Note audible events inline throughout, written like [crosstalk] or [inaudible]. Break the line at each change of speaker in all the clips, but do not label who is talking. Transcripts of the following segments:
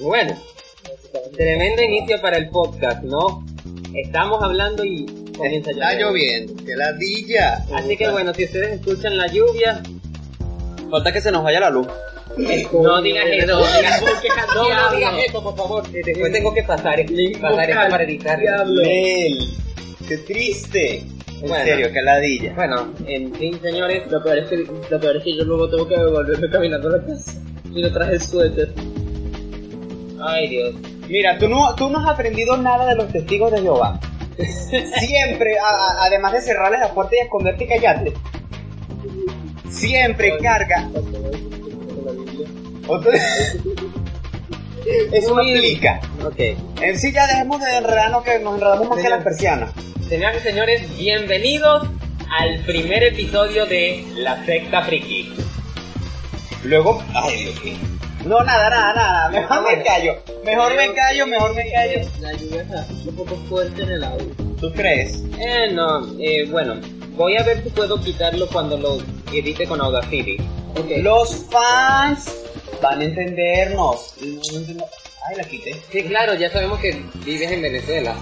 Bueno, tremendo inicio para el podcast, ¿no? Estamos hablando y comienza a
Está
llover.
lloviendo, que ladilla.
Así que bueno, si ustedes escuchan la lluvia,
Falta que se nos vaya la luz.
no digas eso, no digas no, no digas eso,
por favor.
que después tengo que pasar, pasar esto para editar.
Mel, qué triste. En
Bueno.
serio, qué ladilla.
Bueno, en fin, señores,
Lo peor, es que, lo peor es que yo luego tengo que devolverme caminando a la casa. Y no traje el suéter.
ay Dios,
Mira, tú no, tú no has aprendido nada de los testigos de
[laughs]
Jehová. Siempre, a- a- además de cerrarles las puertas y esconderte y callarte. Siempre carga.
[laughs]
Otro- Eso no aplica.
ok.
En sí ya dejemos de enredarnos que nos enredamos más que las persianas.
Señoras y señores, bienvenidos al primer episodio de La Secta Friki.
Luego, ay Dios mío. No, nada, nada, nada. Mejor me callo. Mejor me callo, mejor me callo.
La lluvia está un poco fuerte en el audio.
¿Tú crees?
Eh, no, eh, bueno, voy a ver si puedo quitarlo cuando lo edite con Audacity.
Ok.
Los fans van a entendernos. No entiendo- Ay, la quité.
Sí, claro, ya sabemos que vives en Venezuela.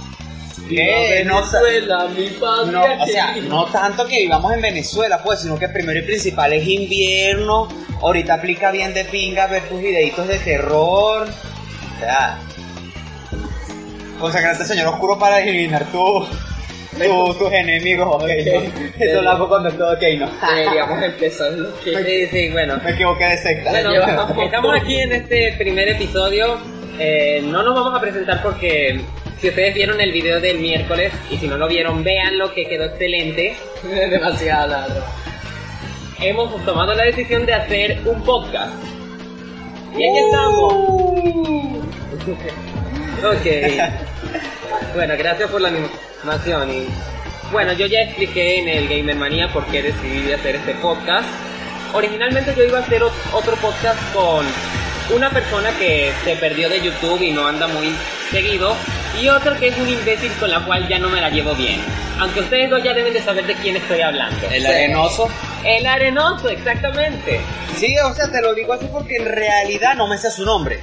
Eh, no, sa-
Venezuela, mi patria.
no, o sea, no tanto que vivamos en Venezuela, pues, sino que primero y principal es invierno. Ahorita aplica bien de pinga ver tus videitos de terror. O sea, consagrate señor oscuro para eliminar tu, tu- tus enemigos. ok, ¿no? Eso lo hago cuando estoy ok, no.
Deberíamos empezar lo que...
Sí, sí, bueno.
Me equivoqué de secta.
Bueno,
llevamos.
estamos aquí en este primer episodio. Eh, no nos vamos a presentar porque si ustedes vieron el video del miércoles y si no lo vieron, véanlo que quedó excelente.
Demasiada ladra.
Hemos tomado la decisión de hacer un podcast. Y aquí estamos.
Uh.
Ok. Bueno, gracias por la animación. Y... Bueno, yo ya expliqué en el Gamermanía por qué decidí hacer este podcast. Originalmente yo iba a hacer ot- otro podcast con una persona que se perdió de YouTube y no anda muy seguido y otra que es un imbécil con la cual ya no me la llevo bien. Aunque ustedes dos ya deben de saber de quién estoy hablando.
[laughs] El arenoso.
El arenoso, exactamente.
Sí, o sea, te lo digo así porque en realidad no me sé su nombre.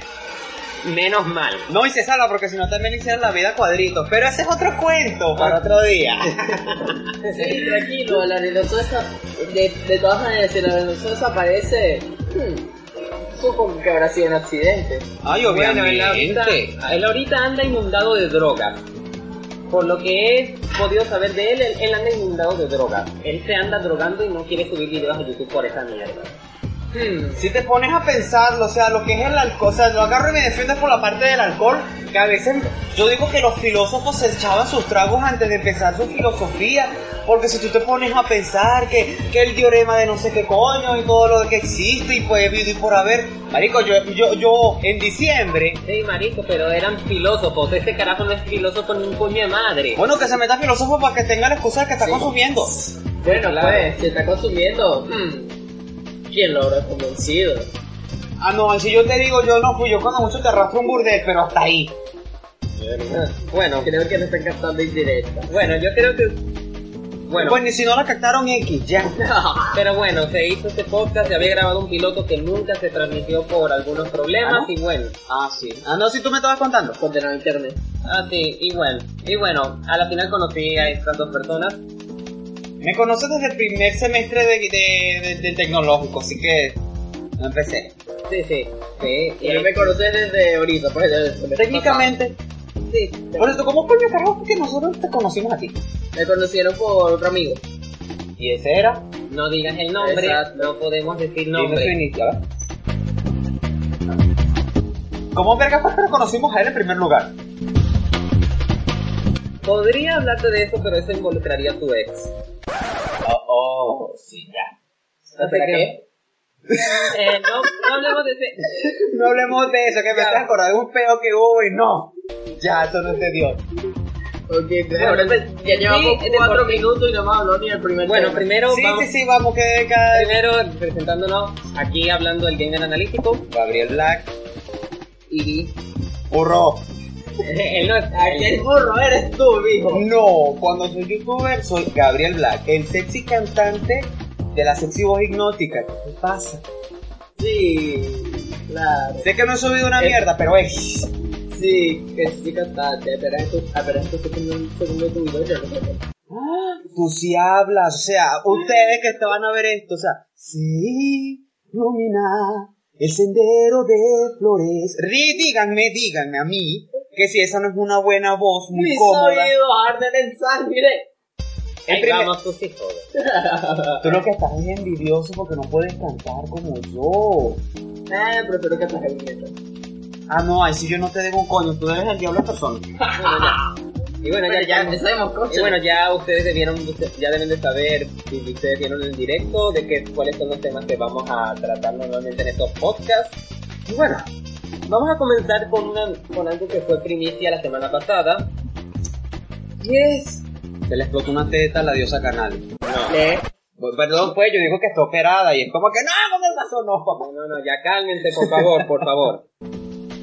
Menos mal.
No hice salva porque si no también hicieron la vida cuadritos. Pero ese es otro cuento para otro día.
Sí, tranquilo, el arenoso esa- de, de todas maneras, si el arenoso desaparece, hmm, supongo que habrá sido un accidente.
Ay,
Bueno, él ahorita, él ahorita anda inundado de drogas. Por lo que he podido saber de él, él, él anda inundado de drogas. Él se anda drogando y no quiere subir videos a YouTube por esa mierda.
Hmm,
Si te pones a pensarlo, o sea, lo que es el alcohol, o sea, lo agarro y me defiendes por la parte del alcohol, que a veces yo digo que los filósofos se echaban sus tragos antes de empezar su filosofía, porque si tú te pones a pensar que, que el diorema de no sé qué coño y todo lo que existe y pues vivir por haber, marico, yo, yo, yo en diciembre
Sí, marico, pero eran filósofos. Este carajo no es filósofo ni un coño de madre.
Bueno, que se meta filósofo para que tenga la excusa de que está
Sí.
consumiendo.
Bueno,
Claro.
pues, si está consumiendo, hmm, ¿quién lo habrá convencido?
Ah, no, si yo te digo, yo no fui, yo cuando mucho te arrastro un burdel, pero hasta ahí.
Bueno,
Creo que le están captando indirecta.
bueno, yo creo que... Bueno,
Pues ni si no la captaron X, ya.
[laughs] pero bueno, se hizo este podcast, se había grabado un piloto que nunca se transmitió por algunos problemas
¿Ah, no?
y bueno.
Ah, sí. Ah, no, si tú me estabas contando.
Condenado a internet.
Ah, sí, y bueno, y bueno, a la final conocí a estas dos personas.
Me conoces desde el primer semestre de, de- de- del tecnológico, así que no empecé.
Sí, sí, sí. y-
Pero me conoces desde ahorita, pues. desde el semestre
Técnicamente,
sí.
por eso, ¿cómo coño carajo fue que nosotros te conocimos a ti?
pasado. Me conocieron por otro amigo.
Y ese era.
No digas el nombre,
Exacto.
no podemos decir
Dime tu
nombre.
inicio, a ver. ¿Cómo verga fue que nos conocimos a él en primer lugar?
Podría hablarte de eso, pero eso involucraría a tu ex.
Oh, oh, sí, ya.
Así
¿Para
que-
qué?
Eh, no, no hablemos de ese.
No hablemos de eso, que me
Ya.
estás acordando de un peo que hubo y no. Ya, eso no te dio.
Ok,
Bueno,
bueno,
pues,
ya llevamos
sí, de
cuatro
por-
minutos y no hemos hablado ni del primer
Bueno,
tema.
primero,
Sí,
vamos,
sí, sí, vamos, que cada
primero presentándonos aquí hablando del gamer analítico.
Gabriel Black,
Y
burro.
Él no es-
aquí el burro eres tú, mijo.
No, cuando soy youtuber soy Gabriel Black, el sexy cantante de la sexy voz hipnótica. ¿Qué te pasa?
Sí.
Claro.
Sé que no he subido una mierda, pero es.
Sí, que sí cantaste. Apenas tú, apenas tú te un segundo de tu video, ya lo sé.
Tú sí hablas, o sea, ustedes que te van a ver esto, o sea, sí, ilumina el sendero de flores. Ri- Díganme, díganme a mí que si esa no es una buena voz, muy
Mis
cómoda.
oídos arden en sangre.
El
Ahí
primer-
vamos, tú sí, joder.
Tú lo que estás es envidioso porque no puedes cantar como yo.
Ah,
Eh, prefiero que estás en
Ah, no, ahí sí yo no te debo un coño, tú debes al diablo a persona.
Y bueno, ya,
ya
ya,
empezamos, coche.
y bueno, ya ustedes debieron, ya deben de saber, si ustedes vieron el directo, de que, cuáles son los temas que vamos a tratar normalmente en estos podcasts. Y bueno, vamos a comenzar con, una, con algo que fue primicia la semana pasada. Y es...
Se le explotó una teta a la diosa canal.
Le-
Bueno, Perdón, pues yo digo que está operada y es como que no, no me pasó, no, papá.
No, no, no, ya cálmense, por favor, por favor.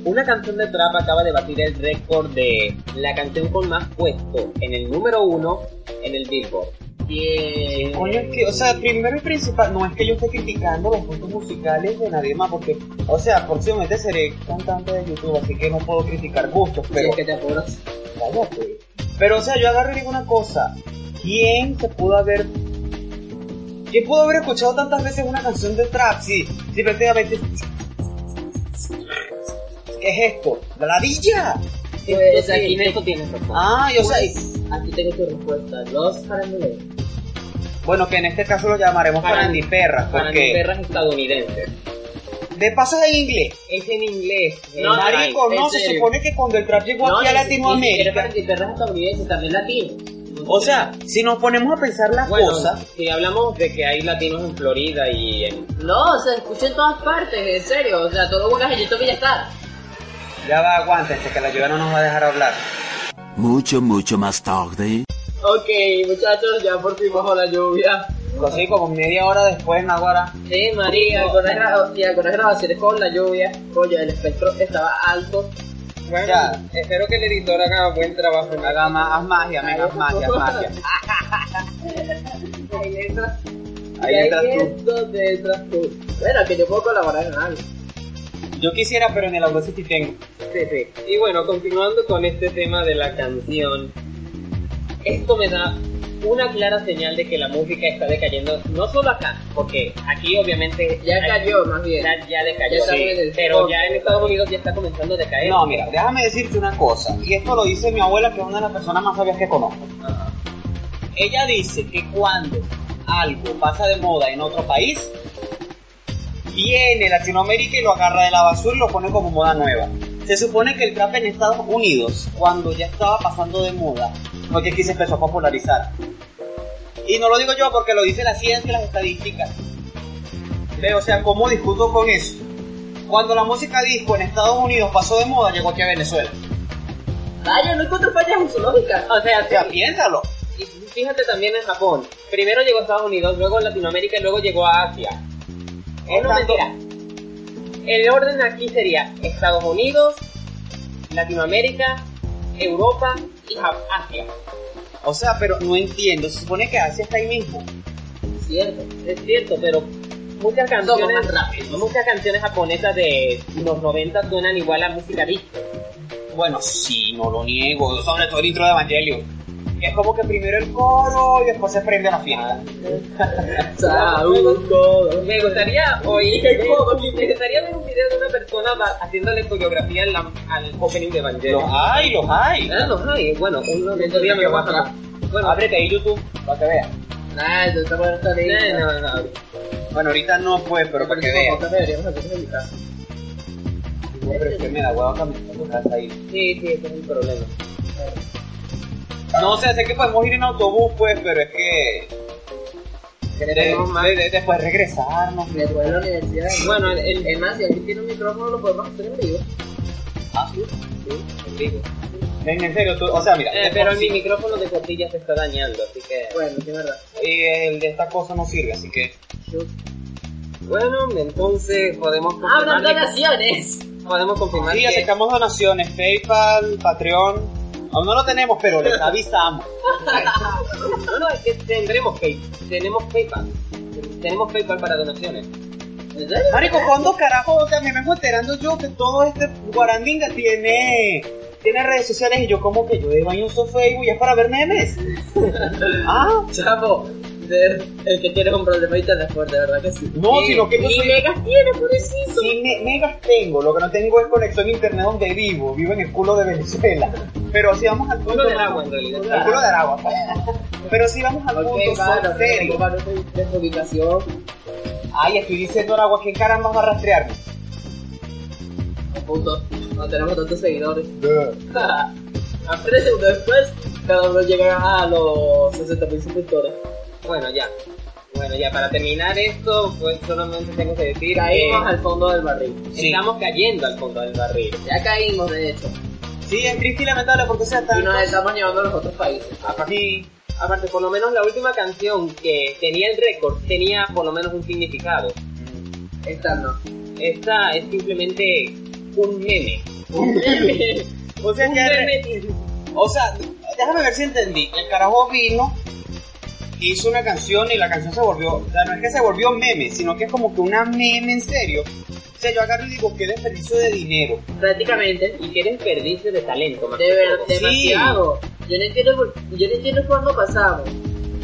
Una canción de trap acaba de batir el récord de la canción con más puesto en el número uno en el Billboard.
Bien.
Coño, es que, o sea, primero y principal, no es que yo esté criticando los gustos musicales de nadie más, porque, o sea, próximamente seré cantante de YouTube, así que no puedo criticar gustos,
Y
pero,
es que te apuras.
cállate. Pero, o sea, yo agarro y digo una cosa, ¿quién se pudo haber... ¿Quién pudo haber escuchado tantas veces una canción de trap? Sí, sí, prácticamente... ¿Qué es esto? ¡La ladilla!
Pues
Entonces,
aquí
en
te-
esto tienes razón.
Ah, yo sé.
Pues.
Aquí tengo tu respuesta. Los faranduleros.
Bueno, que en este caso lo llamaremos
Para-
farandiperras,
Para mis
porque...
perras estadounidenses.
De paso es en inglés.
Es en inglés.
No,
en
Eh, marico,
en
no, se
serio.
supone que cuando el trap llegó aquí a
ni- ni siquiera
Latinoamérica.
para ti, perras estadounidenses, también latinos.
O sea, si nos ponemos a pensar la
Bueno,
cosa,
si hablamos de que hay latinos en Florida y en...
No, se escucha en todas partes, en serio. O sea, todo lo buscas en YouTube y ya está.
ya va, aguántense, que la lluvia no nos va a dejar hablar.
Mucho, mucho más tarde.
Ok, muchachos, ya por fin bajó la lluvia.
Así como media hora después, Naguara.
Sí, María, con las, gra- tía, con las grabaciones con la lluvia, coño, el espectro estaba alto.
Bueno,
Ya.
espero que el editor haga buen trabajo en
Haga ma- haz magia, men, haz magia, haz magia.
Ahí entras,
Ahí entras tú.
es donde entras tú. Bueno, que yo puedo colaborar en algo.
Yo quisiera, pero en el Audacity tengo.
Sí, sí. Y bueno, continuando con este tema de la canción, esto me da una clara señal de que la música está decayendo, no solo acá, porque aquí obviamente
Ya
hay-
cayó, más bien.
ya, ya decayó,
Ya está
sí,
en el
pero
fondo.
ya en Estados Unidos ya está comenzando a decaer.
No, mira, déjame decirte una cosa, y esto lo dice mi abuela, que es una de las personas más sabias que conozco. Ella dice que cuando algo pasa de moda en otro país, viene Latinoamérica y lo agarra de la basura y lo pone como moda nueva. Se supone que el trap en Estados Unidos, cuando ya estaba pasando de moda, porque aquí se empezó a popularizar. Y no lo digo yo porque lo dice la ciencia y las estadísticas. Pero, o sea, ¿cómo discuto con eso? Cuando la música disco en Estados Unidos pasó de moda, llegó aquí a Venezuela.
Ah, yo no encuentro fallas en su lógica.
O sea,
O sea, piénsalo.
y fíjate también en Japón. Primero llegó a Estados Unidos, luego a Latinoamérica y luego llegó a Asia. Es una
Exacto.
mentira. El orden aquí sería Estados Unidos, Latinoamérica, Europa y Ja- Asia.
O sea, pero no entiendo. Se supone que Asia está ahí mismo.
Cierto.
Es cierto, pero muchas
Somos
canciones
más rápidos.
muchas canciones japonesas de los 90 suenan igual a música disco.
Bueno, sí, no lo niego. Sobre todo el intro de Evangelio. Es como que primero el coro y después se prende la fiesta.
Saúl,
Me gustaría oír
Qué cómodo.
me gustaría ver un video de una persona ba- haciéndole coreografía al, al opening de
Los
Evangelion.
hay, los hay.
Ah, los hay. Bueno, uno de estos días me lo voy a sacar. Bueno,
Ábrete ahí YouTube para que veas.
Nah, eso está bueno, está bien.
no, no, no, no.
Bueno, ahorita no fue, pero para que veas.
Nosotros deberíamos hacer en mi casa.
Pero es que me da huevo caminar por casa ahí.
Sí, sí, ese es el problema.
No, o sea, sé que podemos ir en autobús, pues, pero es que... de-
Tenemos más.
de- de- después regresarnos.
Me voy a la universidad.
Bueno, el, el-
Es más, si alguien tiene un micrófono, lo podemos hacer en vivo.
Ah,
Ven, en serio, tú, o sea, mira,
eh,
de
pero
por sí,
mi micrófono de costillas se está dañando, así que...
Bueno, sí, verdad.
eh, el de esta cosa no sirve, así que...
Bueno, entonces podemos confirmar,
Hablando de naciones.
podemos confirmar
Sí,
que...
aceptamos donaciones, PayPal, Patreon. Aún no lo tenemos, pero les avisamos.
No, no, es que tendremos PayPal. Tenemos PayPal. Tenemos PayPal para donaciones. ¿En serio?
Marico, ¿cuándo carajo también me vengo enterando yo que todo este guarandinga tiene, tiene redes sociales y yo como que yo de baño uso Facebook y es para ver
[laughs]
memes? ah,
Chamo, de- el que tiene un problemita de fuerte, de verdad que sí.
no,
Sí,
sino que yo
ni
soy...
megas tiene, pobrecito.
Sí, me- megas tengo, lo que no tengo es conexión a internet donde vivo, vivo en el culo de Venezuela. Pero si vamos al punto...
Culo de
más-
agua, en realidad.
El culo de Aragua. pues.
[laughs]
Pero si vamos al
Ok,
punto,
va,
son
no tengo
serios.
mano de- de publicación.
Ay, estoy diciendo Aragua, ¿qué caramba va a rastrearme?
Un punto. No tenemos tantos seguidores. [laughs] A tres segundos después, cada uno llega a los 60.000 suscriptores.
Bueno, ya. Bueno, ya, para terminar esto, pues solamente tengo que decir
Y ahí
Eh,
que
vamos al fondo del barril.
estamos cayendo al fondo del barril.
Ya caímos, de hecho.
Sí, es triste y lamentable porque sea
Y
tan...
nos estamos llevando a los otros países.
Sí,
Aparte, por lo menos la última canción que tenía el récord tenía por lo menos un significado.
Esta no.
Esta es simplemente un meme.
o sea,
[laughs] Un
que-
meme
o sea, déjame ver si entendí. El carajo vino, hizo una canción y la canción se volvió... O sea, no es que se volvió meme, sino que es como que una meme en serio. O sea, yo agarro y digo, qué desperdicio de dinero.
Prácticamente,
y que eres desperdicio de talento, más
de
que
ver,
todo.
Sí.
demasiado. Yo no entiendo, por- yo no entiendo cuándo pasamos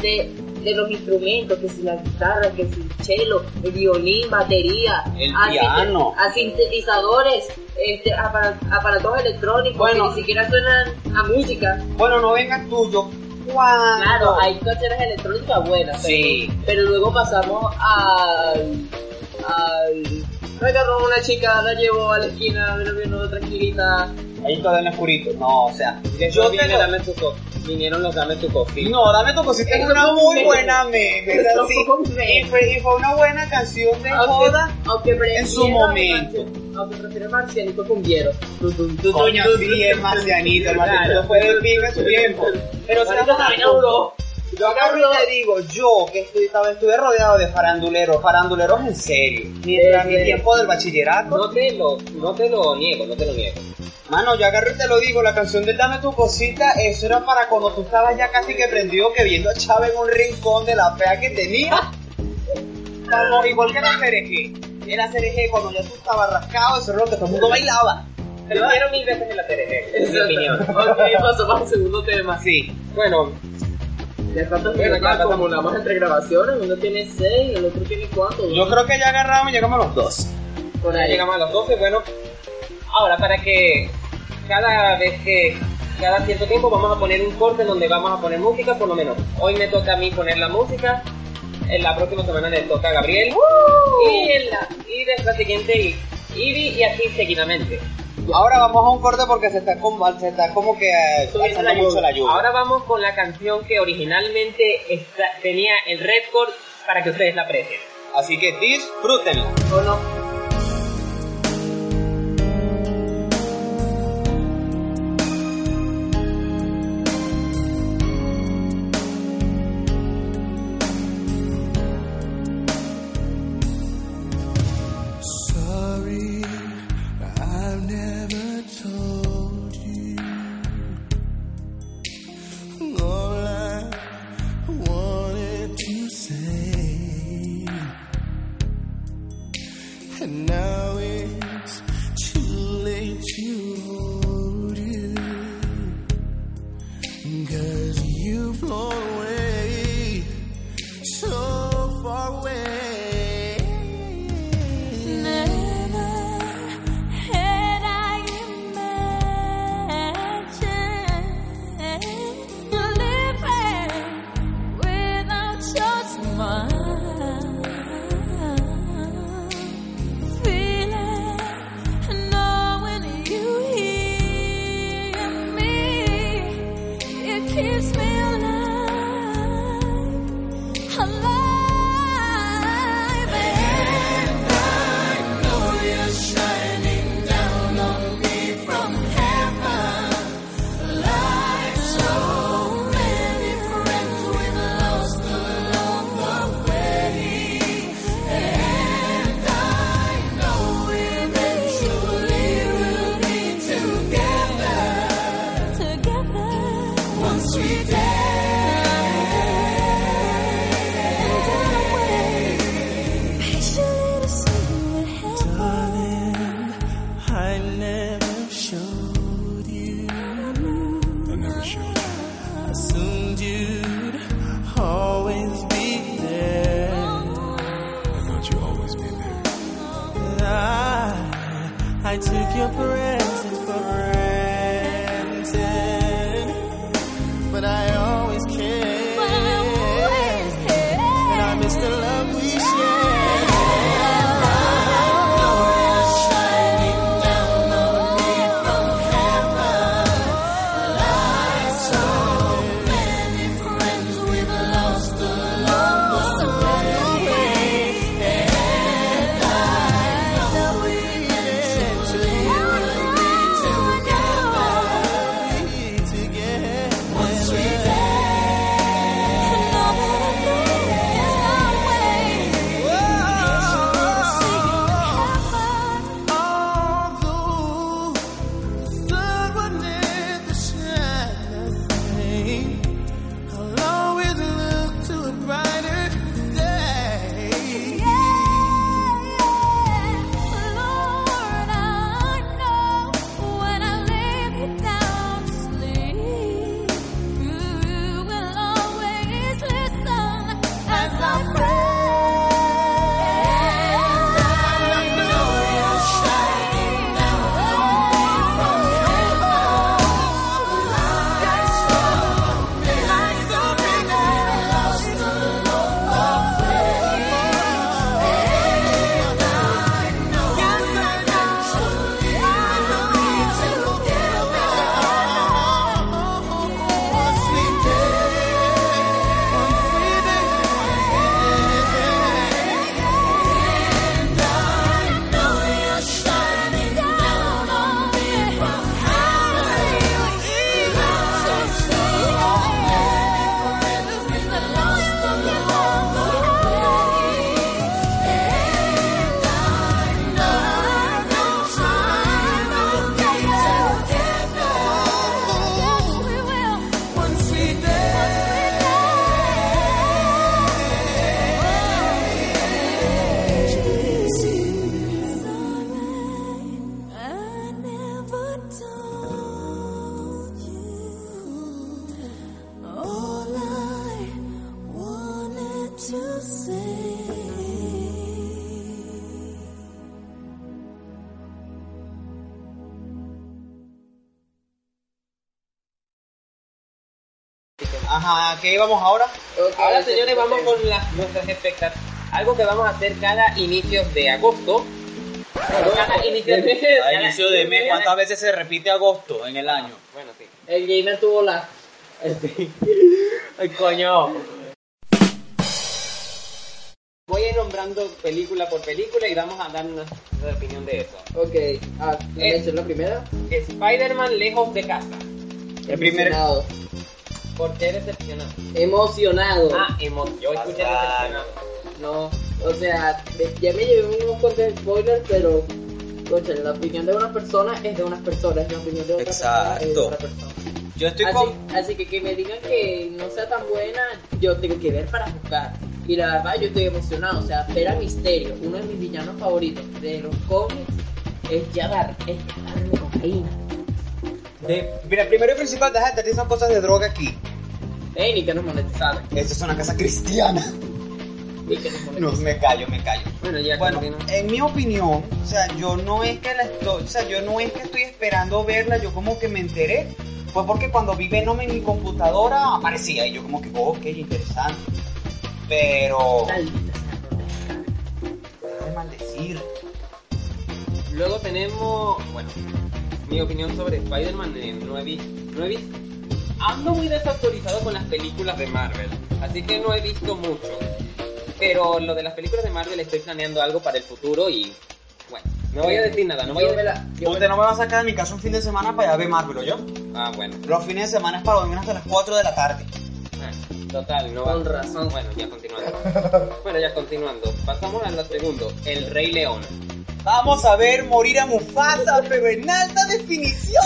de, de los instrumentos, que si la guitarra, que si el cello, el violín, batería,
El
a,
piano.
sinte- a sintetizadores, este, apara- aparatos electrónicos que
Bueno.
ni siquiera suenan a música.
Bueno, no vengas tuyo. ¿Cuándo?
Claro, hay canciones electrónicas buenas, pero,
Sí.
pero luego pasamos al... al me agarró una chica, la llevo a la esquina, me lo vio tranquilita.
Ahí todo en el oscurito. No, o sea, yo
Después
te
vino
lo-
Dame tu co- vinieron los Dame tu coffee.
No, dame tu cosita. Es
Eso
una
fue un
muy
meme.
buena meme. es
Eso
así.
fue un meme.
Y fue, y fue una buena canción de
Aunque-
joda.
aunque prefiero
su
a
momento.
Marci- Aunque prefiero a Marcianito Cumbiero. Tu, tu, tu, tu,
Coño,
tu, tu.
sí, es marcianito. El marcianito
Claro.
fue de pinga en su tiempo. Pero
Marico,
seamos
también
justos.
duró.
Yo acá le digo, yo que estoy, estaba, estuve rodeado de faranduleros, faranduleros en serio. Mientras mi
Desde-
tiempo del bachillerato.
No te lo, no te lo niego, no te lo niego.
Mano, yo agarro y te lo digo, la canción de Dame tu cosita, eso era para cuando tú estabas ya casi que prendido que viendo a Chávez en un rincón de la fea que tenía. Como igual que la CRG. Era CRG cuando ya tú estabas rascado, eso era lo que todo el mundo bailaba.
Prefiero mil veces en la TNT, es mi
Exacto.
opinión.
[laughs] Ok, pasamos al segundo tema.
Sí.
Bueno,
Ya tantas
Bueno,
bueno, ya
ya pasamos.
acumulamos entre grabaciones. Uno tiene seis, el otro tiene cuánto.
Yo creo que ya agarramos y llegamos a los dos.
Por
Ya
ahí.
llegamos a los 12, bueno. Ahora, para que cada vez que, cada cierto tiempo vamos a poner un corte en donde vamos a poner música, por lo menos. Hoy me toca a mí poner la música, en la próxima semana le toca a Gabriel, y, en la, y de la siguiente Ivy, y así seguidamente.
Ahora vamos a un corte porque se está como, se está como que eh, alzando mucho la lluvia.
Ahora vamos con la canción que originalmente está- tenía el récord para que ustedes la aprecien.
Así que disfrútenlo.
Bueno,
Sorry, I've never told you. All I wanted to say never showed you. I never showed you. Assumed you'd always be there. I thought you'd always be there. I, I took your presence for granted. But I always cared. And I miss the love we shared. Although the sun would never shine the same, I'll always look to a brighter day.
I never told you all I wanted to say.
Ajá, ¿qué íbamos ahora?
Ahora, señores, vamos con las, nuestras expectativas. Algo que vamos a hacer cada inicio de agosto. Cada inicio de mes.
pues, eh, A
cada-
inicio de mes, ¿cuántas veces se repite agosto en el año?
Bueno, sí.
El gamer tuvo la.
Este,
[laughs]
Ay, coño. Voy a ir nombrando película por película y vamos a dar una, una opinión de eso.
Ok, ah, ¿me
Eh.
echó la primera?
Spider-Man lejos de casa.
El primer-
Emocionado.
¿Por qué decepcionado?
Emocionado.
Ah, emoción. Yo escuché decepcionado.
No, o sea, me- ya me llevé unos cuantos spoilers, pero concha, la opinión de una persona es de unas personas, la opinión de otra persona es de
Exacto.
otra persona.
Yo
Ah,
estoy con...
Así, así que que me digan que no sea tan buena, yo tengo que ver para juzgar. Y la verdad, yo estoy emocionado. O sea, Pera Misterio, uno de mis villanos favoritos de los cómics, es Yadar, es Yadar de cocaína.
De-
Mira, primero y principal, deja de estar diciendo cosas de droga aquí.
Ey, ni que nos monetizaron.
Esta es una casa cristiana.
Ni que nos monetizaron.
No, me callo, me callo.
Bueno, ya
Bueno,
continúa.
en mi opinión, o sea, yo no es que la estoy, o sea, yo no es que estoy esperando verla, yo como que me enteré. Fue porque cuando vi Venom en mi computadora aparecía y yo como que, oh, qué interesante. Pero...
Maldita sea, no.
de maldecir.
Luego tenemos, bueno, mi opinión sobre Spider-Man. eh, no he visto. No he visto. Ando muy desautorizado con las películas de Marvel, así que no he visto mucho. Pero lo de las películas de Marvel estoy planeando algo para el futuro y. Bueno, no voy a decir nada, no voy a
Eh, Yo me la- yo me
Usted no me va a sacar de mi casa un fin de semana para ir a ver Marvel, yo?
Ah, bueno.
Los fines de semana es para dormir hasta las 4 de la tarde.
Ah, Total, no
Con razón.
Bueno, ya continuando.
[laughs]
bueno, ya continuando. Pasamos a lo segundo, El Rey León.
Vamos a ver morir a Mufasa, pero en alta definición.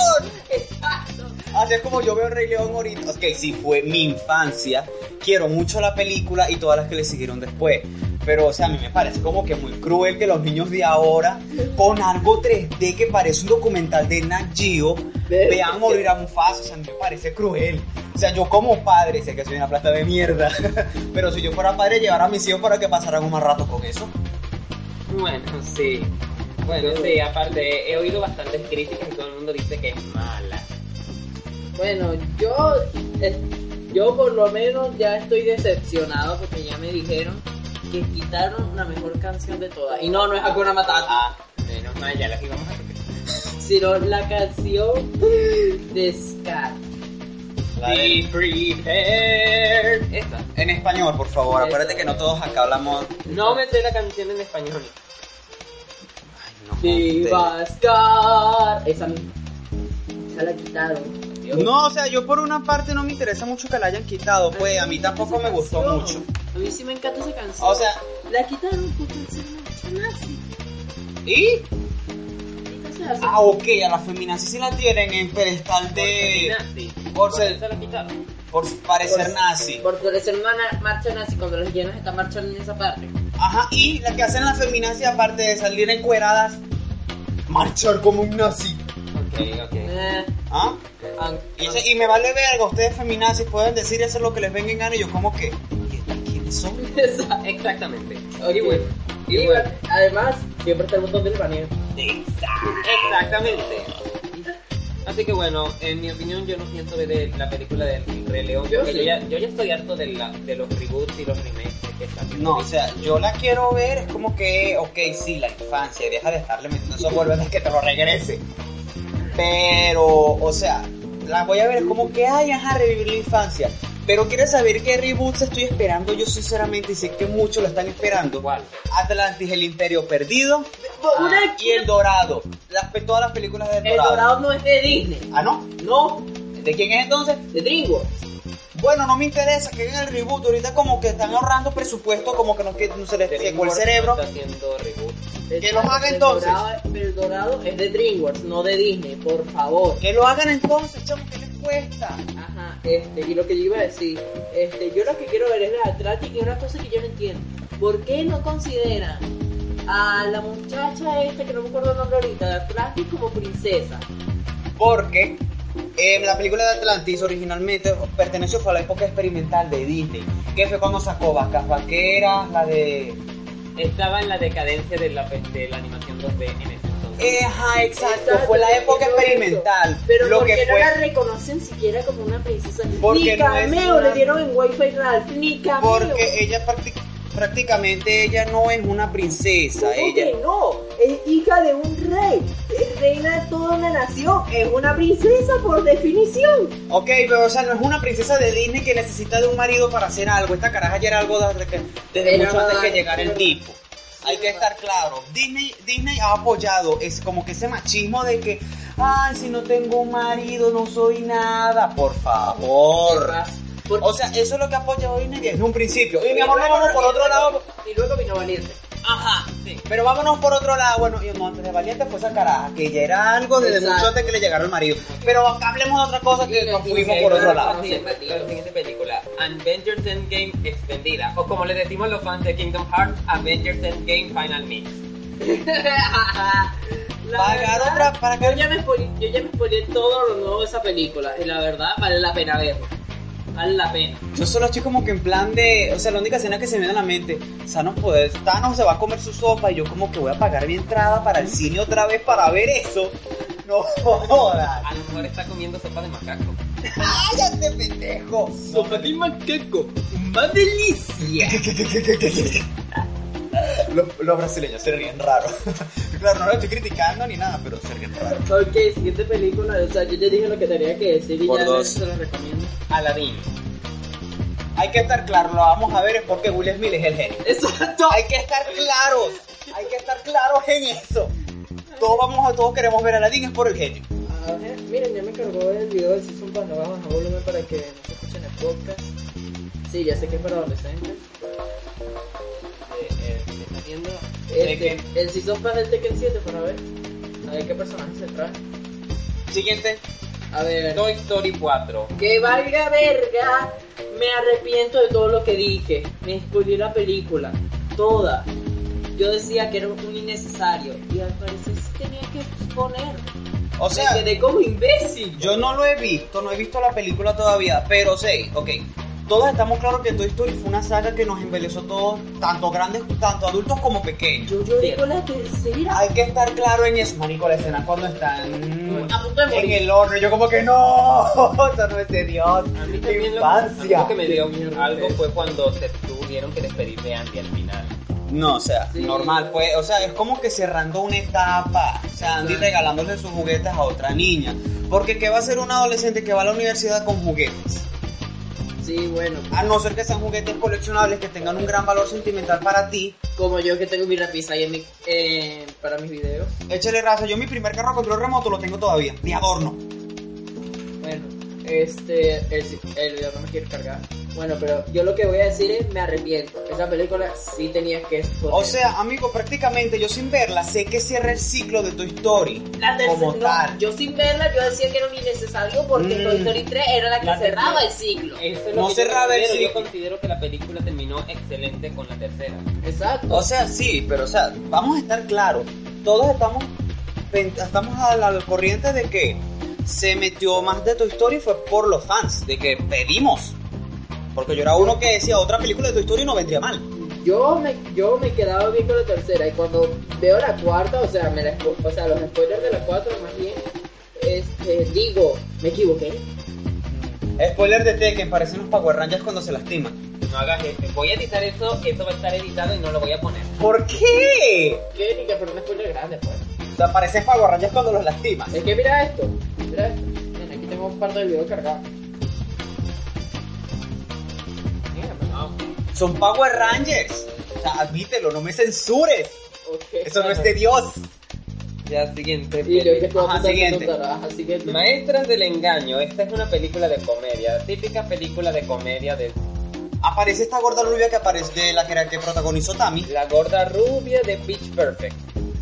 Así es como yo veo el Rey León ahorita. Ok, sí, fue mi infancia. Quiero mucho la película y todas las que le siguieron después. Pero, o sea, a mí me parece como que muy cruel que los niños de ahora, con algo 3D que parece un documental de Nat Geo,
Ve-
vean morir a Mufasa. O sea, a mí me parece cruel. O sea, yo como padre, sé que soy una plata de mierda, [laughs] pero si yo fuera padre, llevara a mis hijos para que pasaran un más rato con eso.
Bueno, sí. Bueno, sí, aparte he oído bastantes críticas y todo el mundo dice que es mala.
Bueno, yo, eh, yo por lo menos ya estoy decepcionado porque ya me dijeron que quitaron la mejor canción de todas. Y no, no es Hakuna
Ah,
Matata,
Menos mal, ya las íbamos a tocar.
sino la canción de Scar.
La de-
Be prepared. Esa.
En español, por favor.
Eso.
Acuérdate que no todos acá hablamos.
No me sé la canción en español.
Viva Scar. Esa misma. Esa la quitaron. Dios.
No, o sea, yo por una parte no me interesa mucho que la hayan quitado, pues a mí tampoco me gustó
Esa
mucho.
canción. A mí sí me encanta esa canción.
O sea,
la quitaron por canción nazi.
¿y?
Entonces, así-
Ah, ok, a la feminazi sí la tienen en pedestal de.
Sí.
Por ser.
Esa la quitaron.
Por parecer
Por-
nazi.
Por parecer una marcha nazi cuando las llenas están marchando en esa parte.
Ajá, y la que hacen la feminazi, aparte de salir encueradas, marchar como un nazi.
Ok, ok. [laughs]
Eh,
¿Ah?
aunque-
Y, ese- y me vale verga, ustedes feminazis pueden decir y hacer lo que les venga en gana, y yo como que. ¿y estas ¿Quiénes son?
Exacto.
Exactamente.
Ok.
Y bueno. Y
Y
bueno.
bueno, además, siempre está el botón del baneo.
Exactamente. Así que bueno, en mi opinión yo no pienso ver el- la película del Rey León.
Yo
porque
sí.
yo, ya, yo ya estoy harto de, la- de los reboots y los remakes que están haciendo
No, o sea, yo la quiero ver, es como que, ok, sí, la infancia, y deja de estarle metiendo esos golpes de que te lo regrese. Pero, o sea, la voy a ver, es como que, ay, ajá, revivir la infancia. Pero quiero saber qué reboots estoy esperando yo, sinceramente, y sé que muchos lo están esperando.
¿Cuál?
Atlantis, el Imperio Perdido, ah,
Una-
y El Dorado. Las, todas las películas de
El dorado no es de Disney,
Ah, ¿no?
no,
¿De quién es entonces?
de DreamWorks.
Bueno, no me interesa que hagan el reboot. Ahorita como que están ahorrando presupuesto, como que no, que no se les secó el
DreamWorks
cerebro.
Está haciendo reboots.
Que los haga
El
entonces.
Dorado- Pero el dorado es de DreamWorks, no de Disney, por favor.
Que lo hagan entonces, chamo, ¿qué les cuesta?
Ajá, este, y lo que yo iba a decir, este, yo lo que quiero ver es la Atlantic y una cosa que yo no entiendo. ¿Por qué no consideran a la muchacha esta, que no me acuerdo el nombre ahorita, de Atlantic como princesa?
Porque eh, la película de Atlantis originalmente perteneció fue a la época experimental de Disney, que fue cuando sacó Vacas Vaqueras, la de...
Estaba en la decadencia de la, pe- de la animación 2D en ese entonces.
Eh, Ajá, exacto,
Exacto,
fue la
es que
época
no lo
experimental.
hizo. Pero
lo
¿por
que
qué
fue...
no la reconocen siquiera como una princesa?
Porque
ni
no es
cameo
una-
le dieron en Wi-Fi Ralph, ni cameo.
Porque ella practi- prácticamente ella no es una princesa,
¿Cómo que
ella...
no? Es hija de un rey, es reina de toda una nación, es una princesa por definición.
Ok, pero o sea, no es una princesa de Disney que necesita de un marido para hacer algo. Esta caraja ya era algo desde, que- desde
Era
mucho antes que
verdad,
llegara el
era
tipo. Hay que estar claro, Disney, Disney ha apoyado es como que ese machismo de que, ay, si no tengo un marido no soy nada, por favor.
Por-
O sea, eso es lo que ha apoyado Disney desde un principio. Y mi amor, no vamos por otro lado.
Y luego vino Valiente.
Ajá, sí. Pero vámonos por otro lado. Bueno, y no, antes de Valiente fue esa caraja, que ya era algo desde
Exacto.
mucho antes que le llegara el marido. Pero acá hablemos de otra cosa que nos fuimos
Ok,
por otro
vamos
lado.
con la siguiente- con la siguiente película, Avengers Endgame extendida, o como le decimos los fans de Kingdom Hearts, Avengers Endgame
[laughs]
Final Mix.
La
Pagar
verdad,
otra- para que-
yo ya me spoilé, yo ya me spoileé todo lo nuevo de esa película y la verdad vale la pena verlo. Vale la pena.
Yo solo estoy como que en plan de. O sea, la única escena que se me viene a la mente. Thanos, puede, Thanos se va a comer su sopa y yo como que voy a pagar mi entrada para el cine otra vez para ver eso. No jodas.
A lo mejor está comiendo sopa de macaco.
¡Cállate, pendejo!
de macaco,
[laughs]
más delicia.
Los, los brasileños se ríen raro. [laughs] claro, no lo estoy criticando ni nada, pero se ríen raro.
Ok, siguiente película. O sea, yo ya dije lo que tenía que decir y
Por
ya
dos.
se lo recomiendo.
Aladdin.
Hay que estar claro, lo vamos a ver es porque Will Smith es el genio.
Exacto.
Hay que estar claros, hay que estar claros en eso. Todos vamos a, todos queremos ver a Aladdin es por el genio.
A ver, miren, ya me cargó el video del Season Pass, no voy a bajar volumen para que no se escuchen el podcast. Sí, ya sé que es para adolescentes.
Eh,
Este,
Tekken.
el Season Pass del Tekken 7 para ver. A ver qué personaje se trae.
Siguiente.
A ver.
Toy Story 4.
Que valga verga, me arrepiento de todo lo que dije. Me spoilé la película. toda. Yo decía que era un innecesario y al parecer sí tenía que exponer.
O sea,
Este
Me quedé como imbécil.
Yo no lo he visto, no he visto la película todavía, pero sé, ok. Todos estamos claros que Toy Story fue una saga que nos embelezó todos, tanto grandes, tanto adultos como pequeños.
Yo lloré con la tercera.
Hay que estar claro en eso, marico, la escena cuando están
A punto de morir.
en el horno, yo como que no, [laughs] esto no es de Dios,
A mí
mi
también lo, a mí
infancia.
lo que me dio algo fue cuando se tuvieron que despedir de Andy al final.
No, o sea,
Sí.
normal, pues, o sea, es como que cerrando una etapa, o sea, Andy regalándole sus juguetes a otra niña, porque ¿qué va a ser un adolescente que va a la universidad con juguetes?
Sí, bueno.
A no ser que sean juguetes coleccionables que tengan un gran valor sentimental para ti,
Como yo que tengo mi repisa ahí en mi, eh, para mis videos.
échale raza. Yo mi primer carro a control remoto lo tengo todavía, de adorno.
Bueno, este, el, el video no me quiero cargar. Bueno, pero yo lo que voy a decir es, me arrepiento. Esa película sí tenía que exponer.
O sea, amigo, prácticamente yo sin verla sé que cierra el ciclo de tu Story
la tercera,
como
no,
tal.
yo sin verla, yo decía que era un innecesario porque
Mm.
Toy Story 3 era la que cerraba el ciclo.
Eso es
No
lo que
se
yo
rabe el
considero.
ciclo.
Yo considero que la película terminó excelente con la tercera.
Exacto.
O sea, sí, pero o sea, vamos a estar claros. Todos estamos pen- estamos a la corriente de que se metió más de tu Story fue por los fans, de que pedimos. Porque yo era uno que decía otra película de tu Story no vendría mal.
Yo me, yo me quedaba bien con la tercera y cuando veo la cuarta, o sea, me la spo- o sea los spoilers de la cuarta más bien, este, digo, me equivoqué.
Spoiler de Tekken, parecen los Power Rangers cuando se lastiman.
No hagas eso. Voy a editar eso, eso va a estar editado y no lo voy a poner.
¿Por qué?
Que ni que fuera un spoiler grande, pues.
O sea, parecen Power Rangers cuando los lastimas.
Es que mira esto, mira esto. Ven, aquí tengo un par de videos cargados.
No,
Son Power Rangers. O sea, admítelo, no me censures.
Okay.
Eso no es de Dios.
Ya, siguiente.
Y yo que
Ajá, siguiente.
Ajá, siguiente.
Maestras del engaño. Esta es una película de comedia. Típica película de comedia de
Aparece esta gorda rubia que aparece de la que, era- que protagonizó Tami.
la gorda rubia de Pitch Perfect.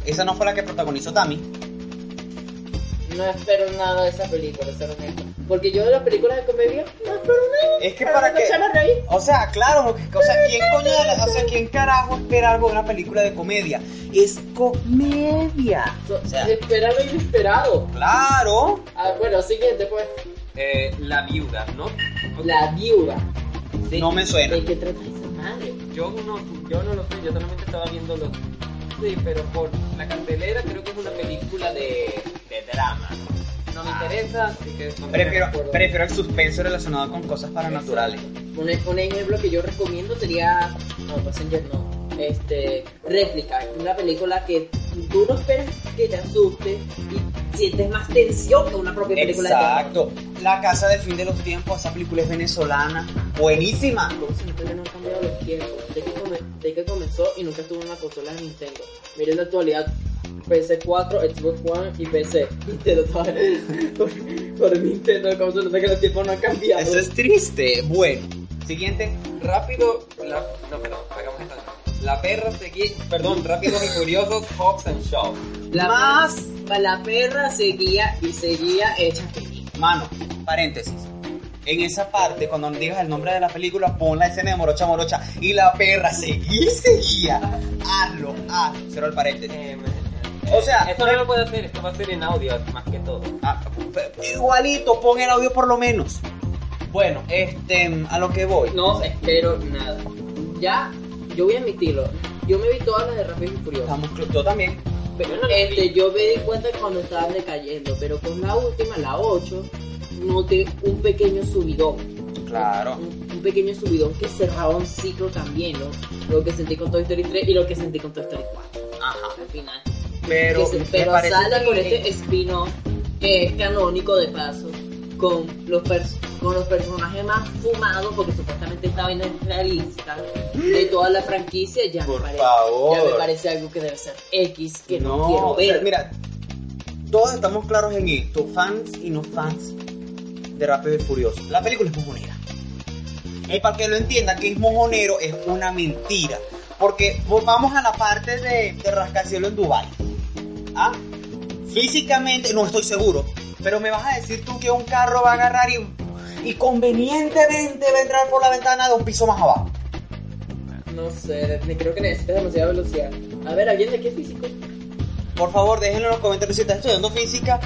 Esa no fue la que protagonizó Tami.
No espero nada de esa película, ser honesto. Porque yo de las películas de comedia no espero nada.
Es que para
que
qué.
echan a reír.
O sea, claro, o sea, ¿quién coño de la- o sea, ¿quién carajo espera algo de una película de comedia? Es comedia.
So-
O sea.
espera lo inesperado.
Claro.
Ah, bueno, siguiente pues.
Eh, la viuda, ¿no?
La viuda.
Sí.
No me suena.
¿De qué trata esa madre?
Yo no, yo no lo sé, yo solamente estaba viendo los... Sí, pero por la cartelera creo que es una película de, de drama. No
Ah.
me interesa, así que... no me
Prefiero,
acuerdo.
prefiero el suspenso relacionado con cosas paranormales.
Un, un ejemplo que yo recomiendo sería. No, Passenger no. Este. Réplica. Una película que tú no esperas que te asuste y sientes más tensión que una propia película de
Exacto. La casa del fin de los tiempos, esa película es venezolana. Buenísima.
terror. ¿Cómo se nota que no han cambiado los tiempos? De que, come- de que comenzó y nunca estuvo en una consola de Nintendo. Miren la actualidad. PC4, Xbox One y PC. Nintendo todavía. [laughs] por, por Nintendo, ¿cómo se nota que los tiempos no han cambiado?
Eso es triste. Bueno, siguiente.
Rápido, la... No, perdón, hagamos esta. no. La perra seguí... Perdón, Rápidos y Furiosos, Hobbs and Shaw.
La
Más.
perra- la perra seguía y seguía hecha feliz.
Mano, paréntesis. En esa parte, cuando digas el nombre de la película, pon la escena de Morocha Morocha y la perra seguí, seguía. Hazlo, hazlo. Cero el paréntesis.
Eh,
O sea,
esto no lo puedo hacer, esto va a ser en audio más que todo.
Ah, p- p- igualito, pon el audio por lo menos. Bueno, este, a lo que voy.
No espero nada. Ya, yo voy a admitirlo. Yo me vi todas las de Rápido y Furioso.
Estamos, cl- yo también.
Yo no lo
Este,
vi.
yo me di cuenta cuando estaban decayendo, pero con la última, la 8, noté un pequeño subidón.
Claro.
Un, un pequeño subidón que cerraba un ciclo también, ¿no? Lo que sentí con Toy Story 3 y lo que sentí con Toy Story 4.
Ajá.
Al final.
Pero,
Que se-
me
pero
parece
sale con
que-
este spin-off que es canónico de paso con los pers- con los personajes más fumados porque supuestamente estaba en la lista de toda la franquicia ya
Mm. Por
me parece,
favor.
ya me parece algo que debe ser X que no, quiero
o sea,
ver
mira, todos estamos claros en esto, fans y no fans de Rápido y Furioso. La película es mojonera. Y para que lo entiendan, que es mojonero es una mentira. Porque volvamos a la parte de, de Rascacielos en Dubai. ¿Ah? Físicamente, no estoy seguro, pero me vas a decir tú que un carro va a agarrar y, y convenientemente va a entrar por la ventana de un piso más abajo.
No sé, me creo que necesitas demasiada velocidad. A ver, ¿alguien de aquí es físico?
Por favor, déjenlo en los comentarios si estás estudiando física.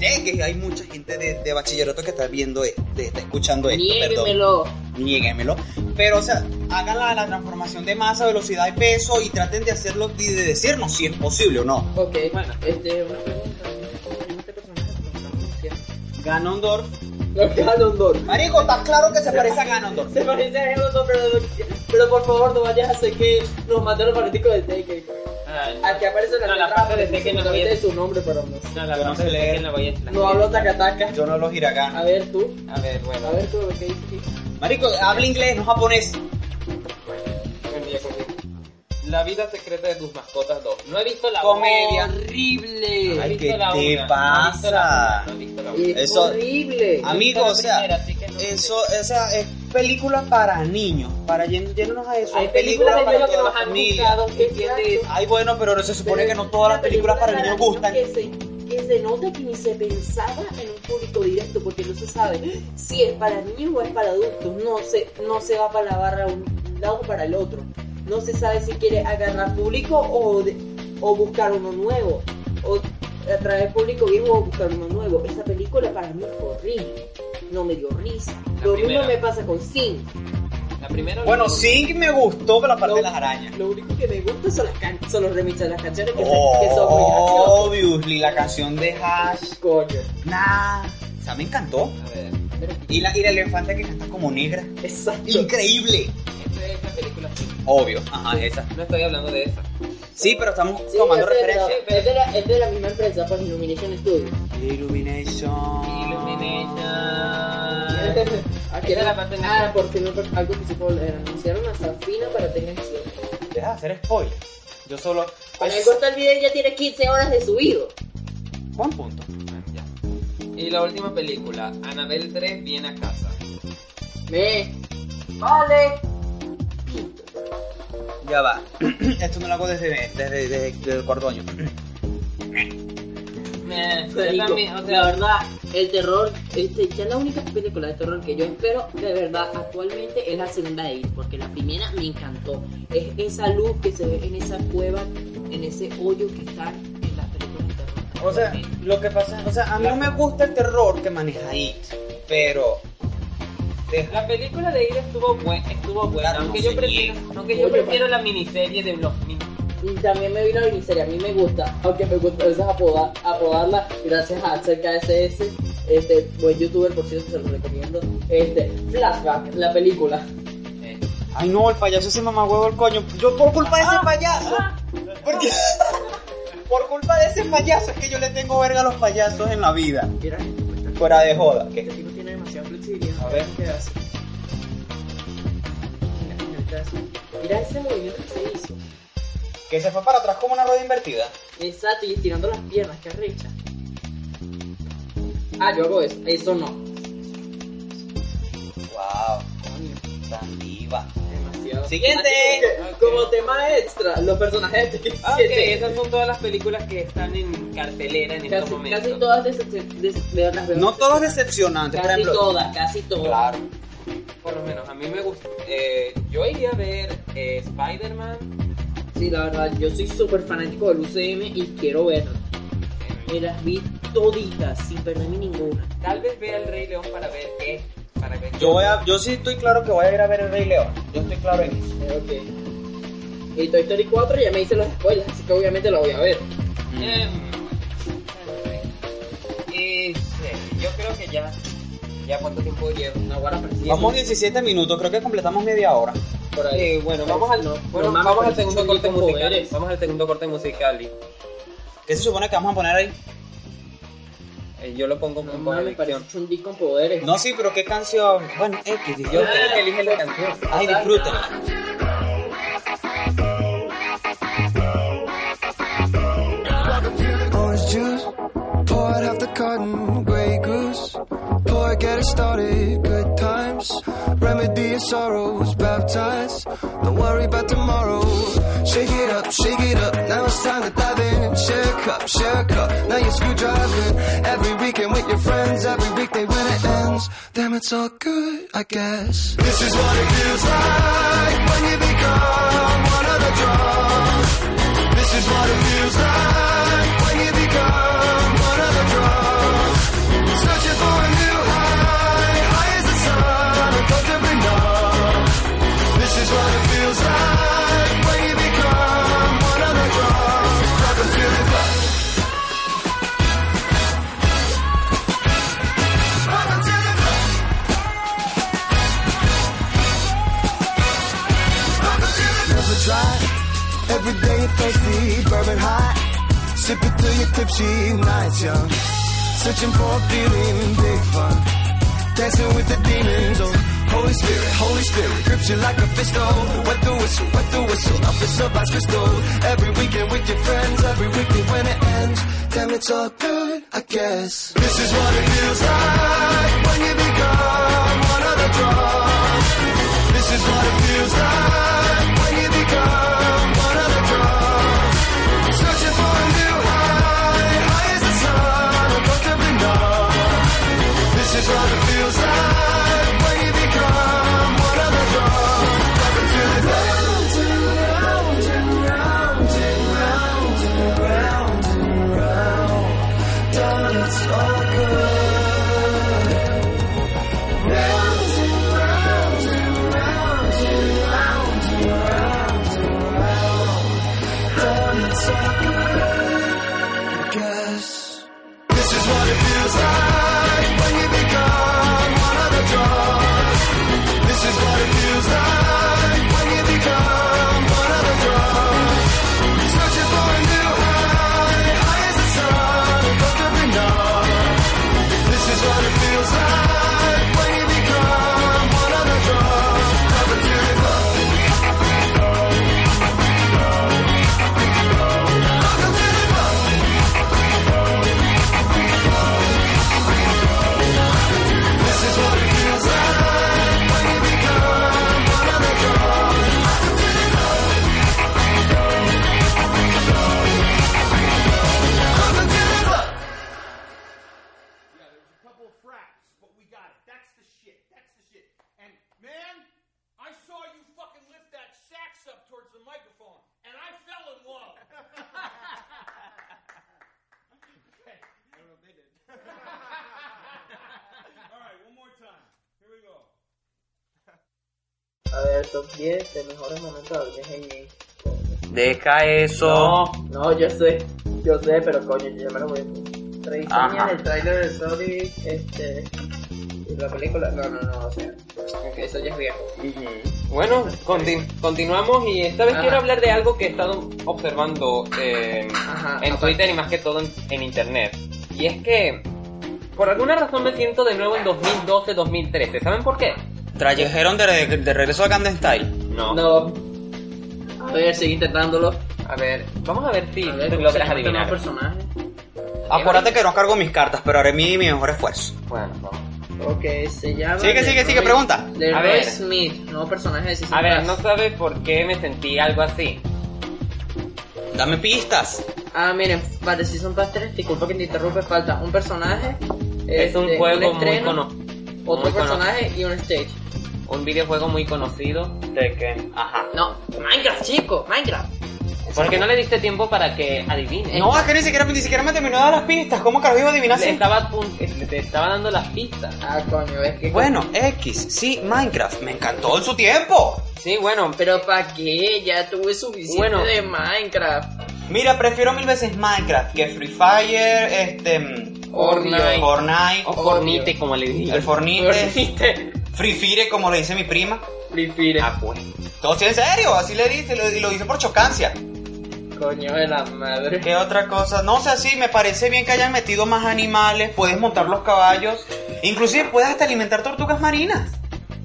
Sé que hay mucha gente de, de bachillerato que está viendo, esto, está escuchando esto, perdón.
Niéguemelo.
Niéguemelo. Pero, o sea, hagan la, la transformación de masa, velocidad y peso y traten de hacerlo y de decirnos si es posible o no.
Ok,
Bueno.
este, una pregunta. ¿no? Este personaje que nos estamos diciendo.
Ganondorf.
Los Ganondorf.
Marico, está claro que se parece a Ganondorf.
Se parece a Ganondorf, pero, pero por favor no vayas a hacer que nos manden los fanáticos de Tekken. Aquí aparece la
No, la parte de Tekken no
de
viene.
su nombre, pero no sé.
No, la
Yo no
verdad
sé
es
leer.
que la voy a la-
No hablo Takataka.
Yo no los hiragana.
A ver tú,
A ver, bueno.
a ver tú, ¿qué dices aquí?
Marico, habla inglés, no japonés.
Buen día, conmigo. La vida secreta de tus mascotas 2. No he visto la
Comedia.
Horrible.
Ay,
No he
¿qué
visto la
te
una, no he visto
pasa?
la una, No he visto la una.
Es
Eso-
horrible.
Ah,
Amigo, o sea,
Primera, así que no sé.
eso, esa es película para niños, para llen- llenarnos a eso.
Hay películas de niños que nos han gustado, que
Exacto.
entiende
Ay, bueno, pero se supone que no todas las películas para niños gustan.
Que se, que se nota que ni se pensaba en un público directo, porque no se sabe si es para niños o es para adultos. No se, no se va para la barra un lado o para el otro. No se sabe si quiere agarrar público o, de- o buscar uno nuevo. O atraer público viejo o buscar uno nuevo. Esa película para mí fue horrible. No me dio risa.
La
Lo
primera.
mismo me pasa con Sin.
La primera.
Bueno, Sing me gustó por la parte
No.
de las arañas.
Lo único que me gusta son, las can- son los remixes de las canciones que, se-
Oh.
que son muy graciosas.
Obviously, la canción de Hash.
Coño.
Nah, o sea, me encantó.
A ver.
Y la, y la elefante que canta como negra.
Exacto.
Increíble.
Esta es la película. sí.
Obvio, ajá, esa.
No estoy hablando de esa.
Sí, pero estamos
Sí,
tomando
es de la-
referencia.
Es de, la, es de la misma empresa, pues Illumination Studios.
Illumination.
Aquí
era
no-
la parte
Ah,
negra.
porque no, algo que se puede leer. Anunciaron a Sanfina para tener acción.
Deja de hacer spoiler. Yo solo.
Para el corta el video ya tiene 15 horas de subido.
Buen punto. [clears throat]
Ya. Y la última película, Anabel 3 viene a casa.
Me. Vale.
Ya va. Esto no lo hago desde, desde, desde, desde el cuarto año.
Me,
Marico, la verdad, el terror, este, ya la única película de terror que yo espero de verdad actualmente es la segunda de It, porque la primera me encantó. Es esa luz que se ve en esa cueva, en ese hoyo que está en las películas de terror.
O sea, lo que pasa, o sea, a mí no me gusta el terror que maneja ahí, pero deja-
La película de Ida estuvo, buen- estuvo buena,
Claro,
aunque,
no
yo
se
prefiero,
niega.
aunque yo
Oye,
prefiero la miniserie de los niños.
Y también me vi la miniserie, a mí me gusta, aunque me gusta a veces apoda- apodarla, gracias a Axel KSS, este buen youtuber, por cierto, se lo recomiendo. Este, Flashback, la película.
Eh,
Ay no, el payaso se mamá huevo el coño. Yo por culpa de
Ah,
ese payaso. Porque [laughs] por culpa de ese payaso es que yo le tengo verga a los payasos en la vida.
Mira,
Fuera de joda.
este
¿qué?
tipo tiene demasiada flexibilidad.
A ver.
¿Qué hace? Mira, mira, ¿qué hace? Mira ese movimiento que se hizo.
Que se fue para atrás como una rueda invertida.
Exacto, y estirando las piernas, qué arrecha. Ah, yo hago eso, eso no.
Wow,
Coño,
tan diva.
demasiado.
Siguiente.
Ah,
Así como, como tema extra, los personajes de Tekken
Ok,
7.
esas son todas las películas que están en cartelera en estos
Casi,
momentos.
casi todas decep- decep- de las veo.
No todos decepcionantes, por
Casi
ejemplo.
todas, casi todas.
Claro.
Por lo menos, a mí me gusta. eh, yo iría a ver eh, Spider-Man.
Sí, la verdad, yo soy súper fanático del UCM y quiero verlas.
eh,
Me las vi toditas, sin perderme ninguna.
tal vez vea El Rey León para ver qué. Para ver
Yo, voy a- yo sí estoy claro que voy a ir a ver el Rey León. Yo estoy claro en eso.
Eh, Ok. Y Toy Story 4 ya me hice las spoilers, así que obviamente la voy a ver.
Eh, eh, yo creo que ya. ¿Ya cuánto tiempo llevo?
Una guara parecida.
Vamos 17 minutos, creo que completamos media hora.
por ahí.
Eh, bueno, vamos al,
No,
bueno,
no mames,
vamos al
pero
segundo
son
corte
tipo
musical.
eres.
Vamos al segundo corte musical. y,
¿Qué se supone que vamos a poner ahí?
eh, yo lo pongo
No
como
mames, me parece
elección.
chundí con poderes.
No, sí, pero ¿qué canción? Bueno, X,
Yo
yo.
creo que elige la canción.
Ay, disfruten.
Orange juice, pour out half the carton, Grey goose, pour get it started. Good times, remedy your sorrows, baptize. Don't worry about tomorrow. Shake it up, shake it up. Now it's time to dive in. Share a cup, share a cup. Now you're screwdriving every weekend with your friends. Every weekday when it ends. cause. Damn, it's all good, I guess. This is what it feels like when you become one of the draws. This is what it feels like when you become one of the draws. Searching for a new high, high as the sun, uncomfortably numb. This is what it feels like when you become one of the draws. Grab and feel it back. Grab and feel it back. Grab and feel it back. Never dry. Every day you're thirsty, bourbon hot. Sip it till you're tipsy, nights young. Searching for a feeling, big fun. Dancing with the demons, oh. Holy Spirit, Holy Spirit, grips you like a pistol. Wet the whistle, wet the whistle, up it's up ice crystal. Every weekend with your friends, every weekend when it ends. Damn, it's all good, I guess. This is what it feels like when you become one of the draws. This is what it feels like when you become one of the draws. Searching for a new high, high as the sun, uncomfortably numb. This is what it feels like when you become one of the draws. Up and feel it round and round and round and round and round and round. Down, it's all good. Round and round and round and round and round and round. Down, it's all good. I guess. This is what it feels like when you become one of the draws. This is what it feels like when you become one of the draws. Searching for a new high, high as the sun, comfortably numb. This is what it feels like when you become one of the draws. Up until you Up until you This is what it feels like when you become one of the draws. I'm a feeling up.
Yeah, there was a couple of fraps, but we got it. That's the shit. That's the shit. And man, I saw you fucking lift that sax up towards the microphone, and I fell in [laughs] love. okay. I don't know if they did. [laughs] All right, one more time. Here we go.
A ver, top 10 de mejores momentos de Avengers Endgame.
Deja eso.
No, yo sé, yo sé, pero coño, yo ya me lo voy a decir.
Ajá.
Traición en el tráiler de Sony, este... y La película, no, no, no, o sea, aunque eso ya es viejo.
Bueno, conti- continuamos y esta vez
Ajá.
quiero hablar de algo que he estado observando eh,
Ajá,
en
aparte.
Twitter y más que todo en, en Internet. Y es que por alguna razón me siento de nuevo en 2012-2013. ¿Saben por qué?
Trajeron de, re- de regreso a Camden Style.
No.
No. A ver, sigue intentándolo.
A ver, vamos a ver si
A ver, ¿cómo se
logras
llama este nuevo
adivinar.
personaje?
Acuérdate que no cargo mis cartas, pero haré mi, mi mejor esfuerzo.
Bueno, vamos.
Ok, se llama...
Sigue, sigue, sigue, pregunta.
De
A ver.
Smith, nuevo personaje de Season
A ver,
Pass.
no sabes por qué me sentí algo así.
Dame pistas.
Ah, miren, para The Season Pass 3, disculpa que te interrumpe, falta un personaje.
es
este,
un juego muy
estreno,
conocido.
Otro
muy
personaje y un stage.
Un videojuego muy conocido. ¿De qué? Ajá.
No, Minecraft, chico, Minecraft.
¿Por qué no le diste tiempo para que adivine?
No, es que ni siquiera, ni siquiera me terminó de dar las pistas. ¿Cómo carajo iba a adivinar
Le
así?
estaba, a pun- le- te estaba dando las pistas.
Ah, coño, es que.
Bueno, X, sí, Minecraft. Me encantó en su tiempo.
Sí, bueno.
Pero ¿para qué? Ya tuve suficiente
Bueno.
de Minecraft.
Mira, prefiero mil veces Minecraft que Free Fire, este... mm,
Fortnite.
Fortnite.
O Fornite, como le dije.
El Fornite.
Dormiste.
Free Fire, como lo dice mi prima.
Prefire.
Ah, pues.
Todo sí, en serio, así le dice, lo, lo dice por chocancia.
Coño de la madre.
¿Qué otra cosa? No sé, sí, me parece bien que hayan metido más animales, puedes montar los caballos, inclusive puedes hasta alimentar tortugas marinas.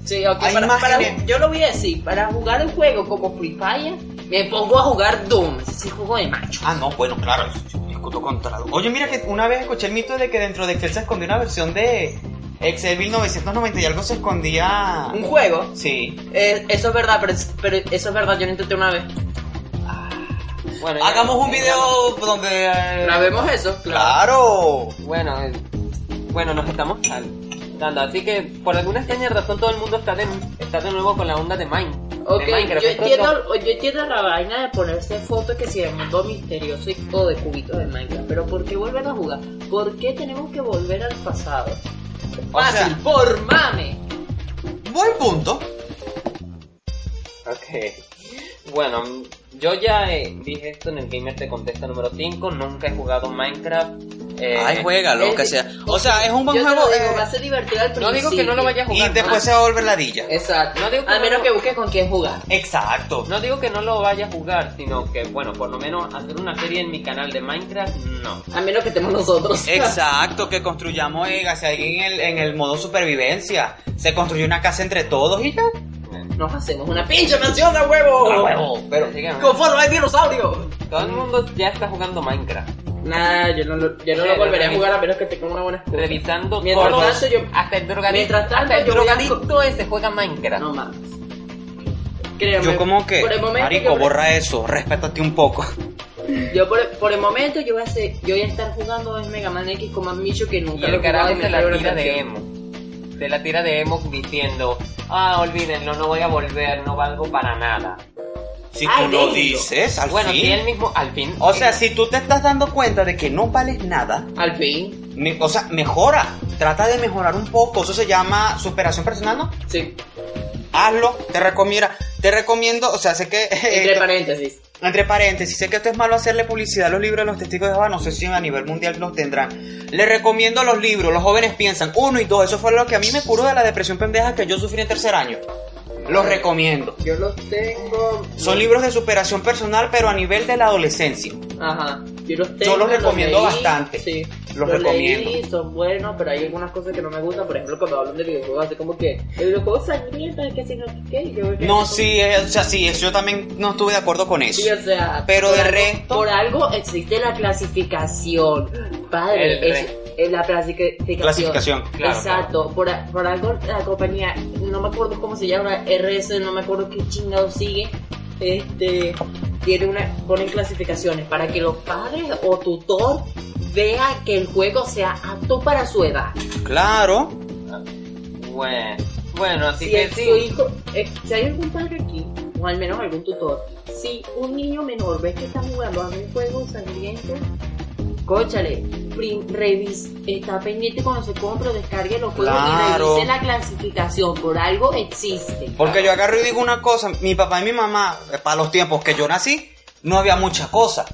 Sí, ok,
Hay
para,
más
para-
gente.
yo lo voy a decir. Para jugar el juego como Free Fire, me pongo a jugar Doom. Ese es juego de macho.
Ah, no, bueno, claro, yo discuto contra. Oye, mira que una vez escuché el mito de que dentro de Excel se escondió una versión de Excel 1990 y algo se escondía...
Un juego.
Sí.
Eh, eso es verdad, pero, es- pero eso es verdad. Yo lo intenté una vez.
Ah. Bueno, ya-
Hagamos un video donde... eh,
Grabemos eso, claro.
Claro.
Bueno, eh, bueno, nos estamos al- Anda, así que por alguna extraña razón todo el mundo está de, está de nuevo con la onda de, Mine, de
Ok,
Minecraft.
yo
Esto no-
entiendo, yo entiendo la vaina de ponerse fotos que si el mundo misterioso y todo de cubitos de Minecraft, pero ¿por qué volver a jugar? ¿Por qué tenemos que volver al pasado?
O sea-
Fácil, por mame.
Buen punto.
Ok. Bueno, mm, yo ya eh, dije esto en el Gamer Te Contesta número 5. Nunca he jugado Minecraft. eh,
Ay, juégalo,
es-
aunque sea. O sea, es un buen
yo te
juego.
lo digo,
eh,
va a ser divertido al
No
principio.
digo que no lo vaya a
y
jugar.
después se va a volver ladilla.
Exacto.
No digo que
a
no
menos
lo-
que busques con quién jugar.
Exacto.
No digo que no lo vaya a jugar, sino que, bueno, por lo menos hacer una serie en mi canal de Minecraft, no.
A menos que estemos nosotros.
Exacto, que construyamos eh, hacia ahí en el, en el modo supervivencia. Se construye una casa entre todos y ya.
Nos hacemos una pinche mansión de huevo.
A huevo, pero-
Así que,
Con forma de dinosaurio.
todo el mundo ya está jugando Minecraft.
Nah, yo no lo, yo no
Sí,
lo volveré a
revi-
jugar a menos que tenga una buena excusa.
Revisando
Mientras
todos-
tanto, yo.
Hasta el drogadicto,
Mientras tanto,
hasta el
yo voy a-
drogadicto ese juega Minecraft.
No mames. Créeme,
Yo como que,
por el momento
marico,
yo-
borra eso, respétate un poco. [laughs]
Yo por, por el momento yo voy a ser, yo voy a estar jugando en Mega Man X con más Micho que
Y
nunca lo
el
he jugado y
carajo
me
se la
traigo una
tira de
canción.
emo. Se la tira de emo diciendo, ah, olvídenlo, no voy a volver, no valgo para nada.
Si
Ay,
tú lo
déjalo.
dices, al
bueno, si
fin.
él mismo, al fin. Eh,
O sea, si tú te estás dando cuenta de que no vales nada,
Al fin,
me- o sea, mejora. Trata de mejorar un poco. Eso se llama superación personal, ¿no?
sí,
Hazlo, te recomiendo, te recomiendo, o sea, sé que... [laughs]
entre paréntesis.
Entre paréntesis, sé que esto es malo hacerle publicidad a los libros de los testigos de Jehová, no sé si a nivel mundial los tendrán. Les recomiendo los libros, los jóvenes piensan, uno y dos, eso fue lo que a mí me curó de la depresión pendeja que yo sufrí en tercer año. Los recomiendo.
Yo los tengo.
Son libros de superación personal, pero a nivel de la adolescencia.
Ajá. Yo los tengo.
Yo los recomiendo
leí,
bastante.
Sí.
Los recomiendo.
Leí, son buenos, pero hay algunas cosas que no me gustan. Por ejemplo, cuando hablan de videojuegos, así como que. El videojuego sangrienta, que si no, que. Yo,
No, sí, eh, o sea, sí, eso yo también no estuve de acuerdo con eso.
Sí, o sea,
Pero
por
de
algo-
resto-
Por algo existe la clasificación. Padre,
El
es, es la clasificación.
Clasificación,
claro,
Exacto. Por, a- por algo la compañía, no me acuerdo cómo se llama, RS, no me acuerdo qué chingado sigue. Este. Tiene una, ponen clasificaciones para que los padres o tutor vea que el juego sea apto para su edad.
Claro,
Bueno, bueno, así
si
que
el-
sí.
su hijo, eh, si hay algún padre aquí, o al menos algún tutor, si un niño menor ve que está jugando a un juego sangriento, cóchale, prim- revis, está pendiente cuando se compra, descargue los juegos
Claro.
y revise la clasificación, por algo existe.
porque yo agarro y digo una cosa, mi papá y mi mamá, eh, para los tiempos que yo nací, no había muchas cosas.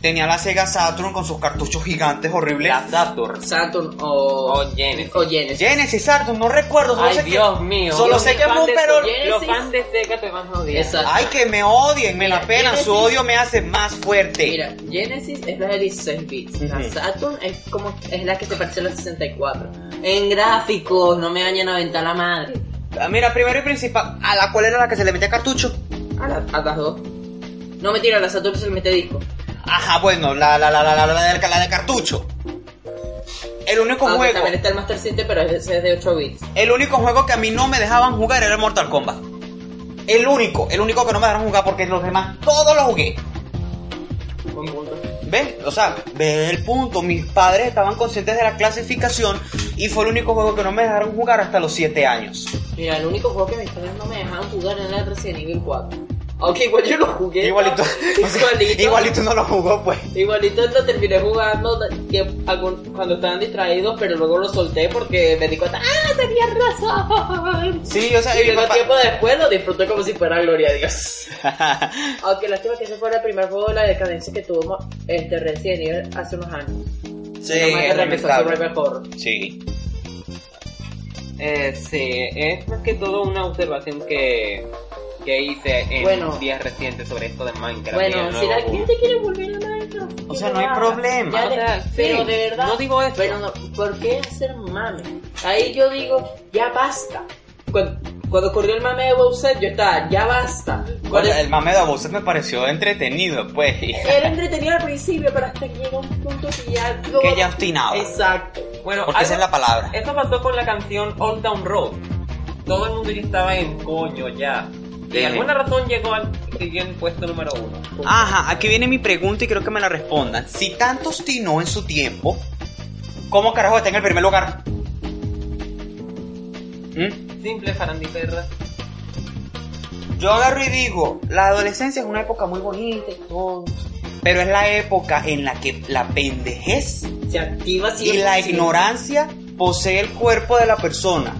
Tenía la Sega Saturn con sus cartuchos gigantes horribles.
La Saturn.
Saturn o,
O Genesis.
o Genesis.
Genesis Saturn, no recuerdo. solo
Ay,
sé que-
Dios mío.
Solo
Los
sé que
fans
fue un
de-
perol.
Genesis.
Los fans de Sega te van a odiar.
Exacto.
Ay, que me odien, me la
Mira,
pelan, su
Genesis-
odio me hace más fuerte.
Mira, Genesis es la de 16 bits. La
Ujú.
Saturn es como es la que se parece a la 64. En gráficos, no me vayan a aventar la madre.
Ah, Mira, primero y principal, ¿a la cual era la que se le metía cartucho?
A, la- a las dos. No mentira, la Saturn se le mete disco.
Ajá, bueno, la, la, la, la, la, la, del- la de cartucho. El único
Aunque Ah,
juego,
también está el Master System, pero ese es de 8 bits.
el único juego que a mí no me dejaban jugar era el Mortal Kombat. El único, el único que no me dejaron jugar porque los demás todos los jugué. ¿Ves? O sea, ve el punto. Mis padres estaban conscientes de la clasificación y fue el único juego que no me dejaron jugar hasta los 7 años.
Mira, el único juego que mis padres no me dejaban jugar era el Resident Evil 4. Aunque igual yo lo jugué. ¿no?
[laughs] Igualito, o
[laughs]
sea,
Igualito.
igualito no lo jugó, pues.
Igualito lo terminé jugando que algún- cuando estaban distraídos, pero luego lo solté porque me di cuenta, ¡ah, tenía razón!
Sí, o sea,
Y
mi
luego
papá-
tiempo después lo disfruté como si fuera gloria a [laughs] Dios. Aunque lástima que ese fuera el primer juego de la decadencia que tuvo este Resident Evil hace unos años.
[laughs] sí,
No más que
es
regresó a
lamentable.
Survival Horror.
Sí.
Eh, sí, es más que todo una observación que, que hice en
Bueno.
días recientes sobre esto de Minecraft. y el
Bueno, si
nuevo
la
boom.
gente quiere volver a Minecraft,
O
que
sea,
lo
no hay
haga.
problema.
Ya
O
le-
sea, sí,
pero de verdad,
no digo eso.
Pero no, ¿por qué hacer mame? Ahí yo digo, ya basta. Cuando, cuando ocurrió el mame de Bowser, yo estaba, ya basta. ¿Cuál
Oye,
es-
el mame de Abusas me pareció entretenido, pues. [laughs]
Era entretenido al principio, pero hasta que llega un punto que ya. no-
que ya obstinaba.
Exacto.
Bueno,
Porque esa es
algo-
la palabra.
Esto pasó con la canción All Down Road. Todo el mundo ya estaba en coño ya. Y
Sí.
alguna razón llegó al siguiente puesto número uno.
Ajá, aquí viene mi pregunta y creo que me la respondan. Si tanto obstinó en su tiempo, ¿cómo carajo está en el primer lugar?
¿Mm? Simple farandiperra.
Yo agarro y digo, la adolescencia es una época muy bonita y todo. Pero es la época en la que la pendejez
Se activa así.
y la ignorancia posee el cuerpo de la persona.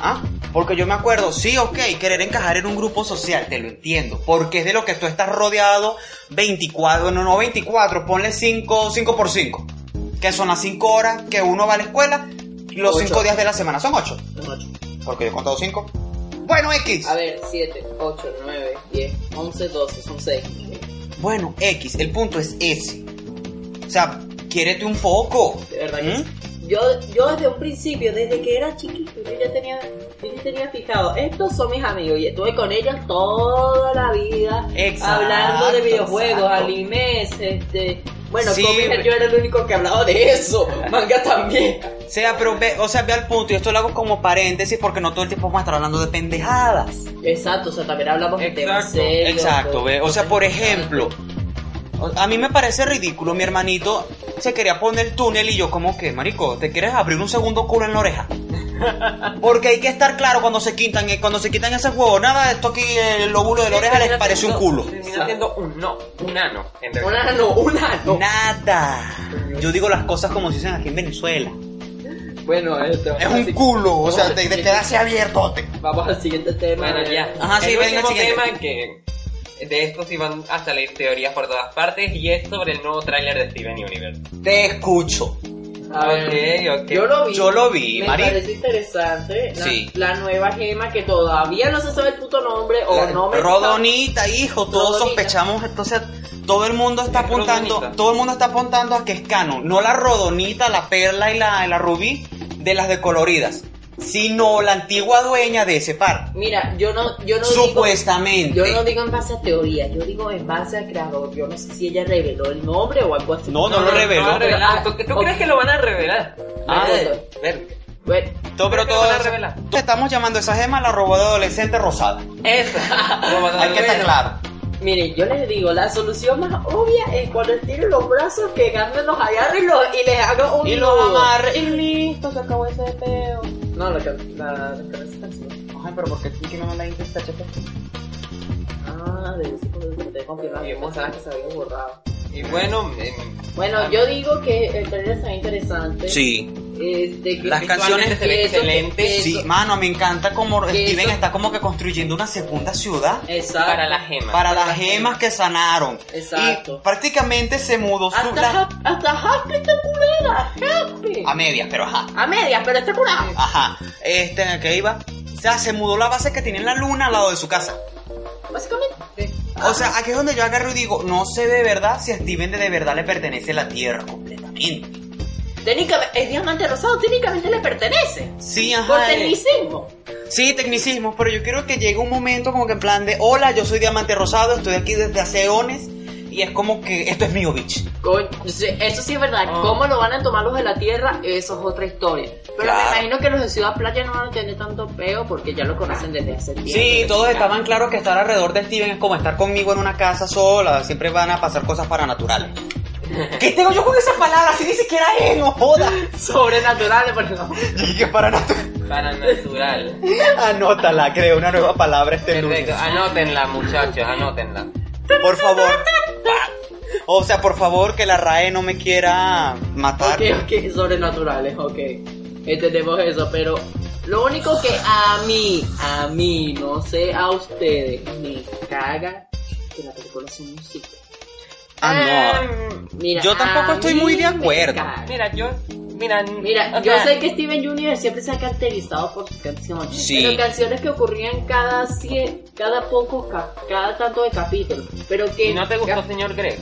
¿Ah? Porque yo me acuerdo, sí, ok, querer encajar en un grupo social, te lo entiendo, porque es de lo que tú estás rodeado 24, no, no 24, ponle 5, 5 por 5, que son las 5 horas que uno va a la escuela, los
Ocho.
5 días de la semana son 8,
Son ocho.
porque yo he contado 5. Bueno, X.
A ver, 7, 8, 9, 10, 11, 12, son 6.
Bueno, X, el punto es ese. O sea, quiérete un poco.
De verdad que
¿Mm?
sí. yo, yo desde un principio, desde que era chiquito, yo ya tenía, yo ya tenía fijado, estos son mis amigos y estuve con ellos toda la vida
Exacto,
hablando de videojuegos,
exacto.
animes, este... Bueno,
Sí,
cómics,
ve-
yo era el único que hablaba de
[laughs]
eso, manga también.
O sea, pero ve, o sea, ve al punto, y esto lo hago como paréntesis porque no todo el tiempo vamos a estar hablando de pendejadas.
Exacto, o sea, también hablamos de temas
Exacto,
serios.
Exacto,
de-
ve. O sea, por ejemplo, o- a mí me parece ridículo, mi hermanito se quería poner el túnel y yo como que, marico, ¿te quieres abrir un segundo culo en la oreja? Porque hay que estar claro cuando se quitan, eh, cuando se quitan ese juego, nada, esto aquí eh, el lóbulo de la oreja les parece un culo.
Termina siendo un no, un ano. En
Un
realidad.
ano, un ano.
Nada. Yo digo las cosas como se dicen aquí en Venezuela.
Bueno, esto,
Es un culo, o sea, te, te quedas abiertote.
Vamos al siguiente tema.
Bueno, ya.
Ajá, sí,
el
venga,
último
siguiente.
tema que de esto sí van a salir teorías por todas partes y es sobre el nuevo tráiler de Steven Universe.
Te escucho.
A ver,
Ok, ok.
Ah, Yo lo vi.
Yo lo vi,
Me
María.
parece interesante. La,
Sí.
la nueva gema que todavía no se sabe el puto nombre o
La-
no me.
Rodonita, hijo, todos
Rodonita.
sospechamos, entonces todo el mundo está
Sí,
apuntando,
Rodonita.
todo el mundo está apuntando a que es canon, no la Rodonita, la Perla y la, la Rubí de las decoloridas, sino la antigua dueña de ese par,
Mira, yo no, yo no
supuestamente.
digo. Yo no digo en base a teoría, yo digo en base al creador. Yo no sé si ella reveló el nombre o algo así.
No, no, lo reveló.
No han revelado. ¿Tú, tú
Ok.
crees que lo van a revelar?
Ah,
Ver- ver-
Bueno,
Todo- pero
¿Crees que lo van a
todos-
revelar?
todos estamos llamando a esa gema la robó de adolescente rosada.
Esa. Como
Hay que estar
Ah, bueno,
claro.
miren, yo les digo, la solución más obvia es cuando estire los brazos, que Gandalf los agarre y, los- y les haga un
Y lo
nudo.
amarre y listo, se acabó ese peo.
No, la, can- la, la canción.
Ay, pero porque tú que no me la dices, cachete.
Ah, de eso porque te confirmar.
Y
Yo
hemos-
pensaba que se había borrado.
Y bueno, em,
Bueno,
Ah,
yo digo que el trailer está interesante.
Sí.
Este, que
Las
visualmente
canciones
se ven
eso-
excelentes,
que
Sí,
eso-
mano, me encanta como
Que
Steven
eso-
está como que construyendo una segunda ciudad
Exacto.
para la gema.
para las gemas que sanaron.
Exacto.
Y prácticamente se mudó su
Hasta,
la-
Happy- hasta Happy está curada. Happy.
a medias, pero ajá.
A medias, pero está curada.
Ajá. Este, ¿a qué iba? O sea, se mudó la base que tiene la luna al lado de su casa.
Básicamente.
O sea, aquí es donde yo agarro y digo, no sé de verdad si a Steven de, de verdad le pertenece la Tierra completamente.
Técnicamente, es diamante rosado, técnicamente le pertenece.
Sí,
Por
ajá. eh.
tecnicismo.
Sí, tecnicismos, pero yo quiero que llegue un momento como que en plan de, hola, yo soy Diamante Rosado, estoy aquí desde hace eones y es como que esto es mío, bitch.
Coño, sí, eso sí es verdad.
Ah.
¿Cómo lo van a tomar los de la tierra? Eso es otra historia. Pero
Claro.
me imagino que los de Ciudad Playa no van a tener tanto peo porque ya lo conocen desde hace tiempo.
Sí, todos estaban claros que estar alrededor de Steven es como estar conmigo en una casa sola, siempre van a pasar cosas paranaturales. ¿Qué tengo yo con esas palabras? Si ni siquiera es, no [laughs] joda.
Sobrenaturales, por ejemplo.
Dije paranatural.
Para natural.
[laughs] Anótala, creo, una nueva palabra este
Perfecto.
lunes.
Anótenla, muchachos, anótenla.
Por favor. O sea, por favor, que la RAE no me quiera matar.
Ok, ok, sobrenaturales, ok. Entendemos eso, pero lo único que a mí, a mí, no sé a ustedes, me caga que la película sea un musical.
Ah, no.
Em,
Mira,
Yo tampoco
a
estoy
mí
muy de
me
acuerdo.
caga.
Mira, yo. Mira,
Mira,
o
yo
sea,
sé que Steven Universe siempre se ha caracterizado por sus canciones,
Sí.
pero canciones que ocurrían cada cien, cada poco, ca- cada tanto de capítulo, pero que
¿Y no te gustó, señor Greg?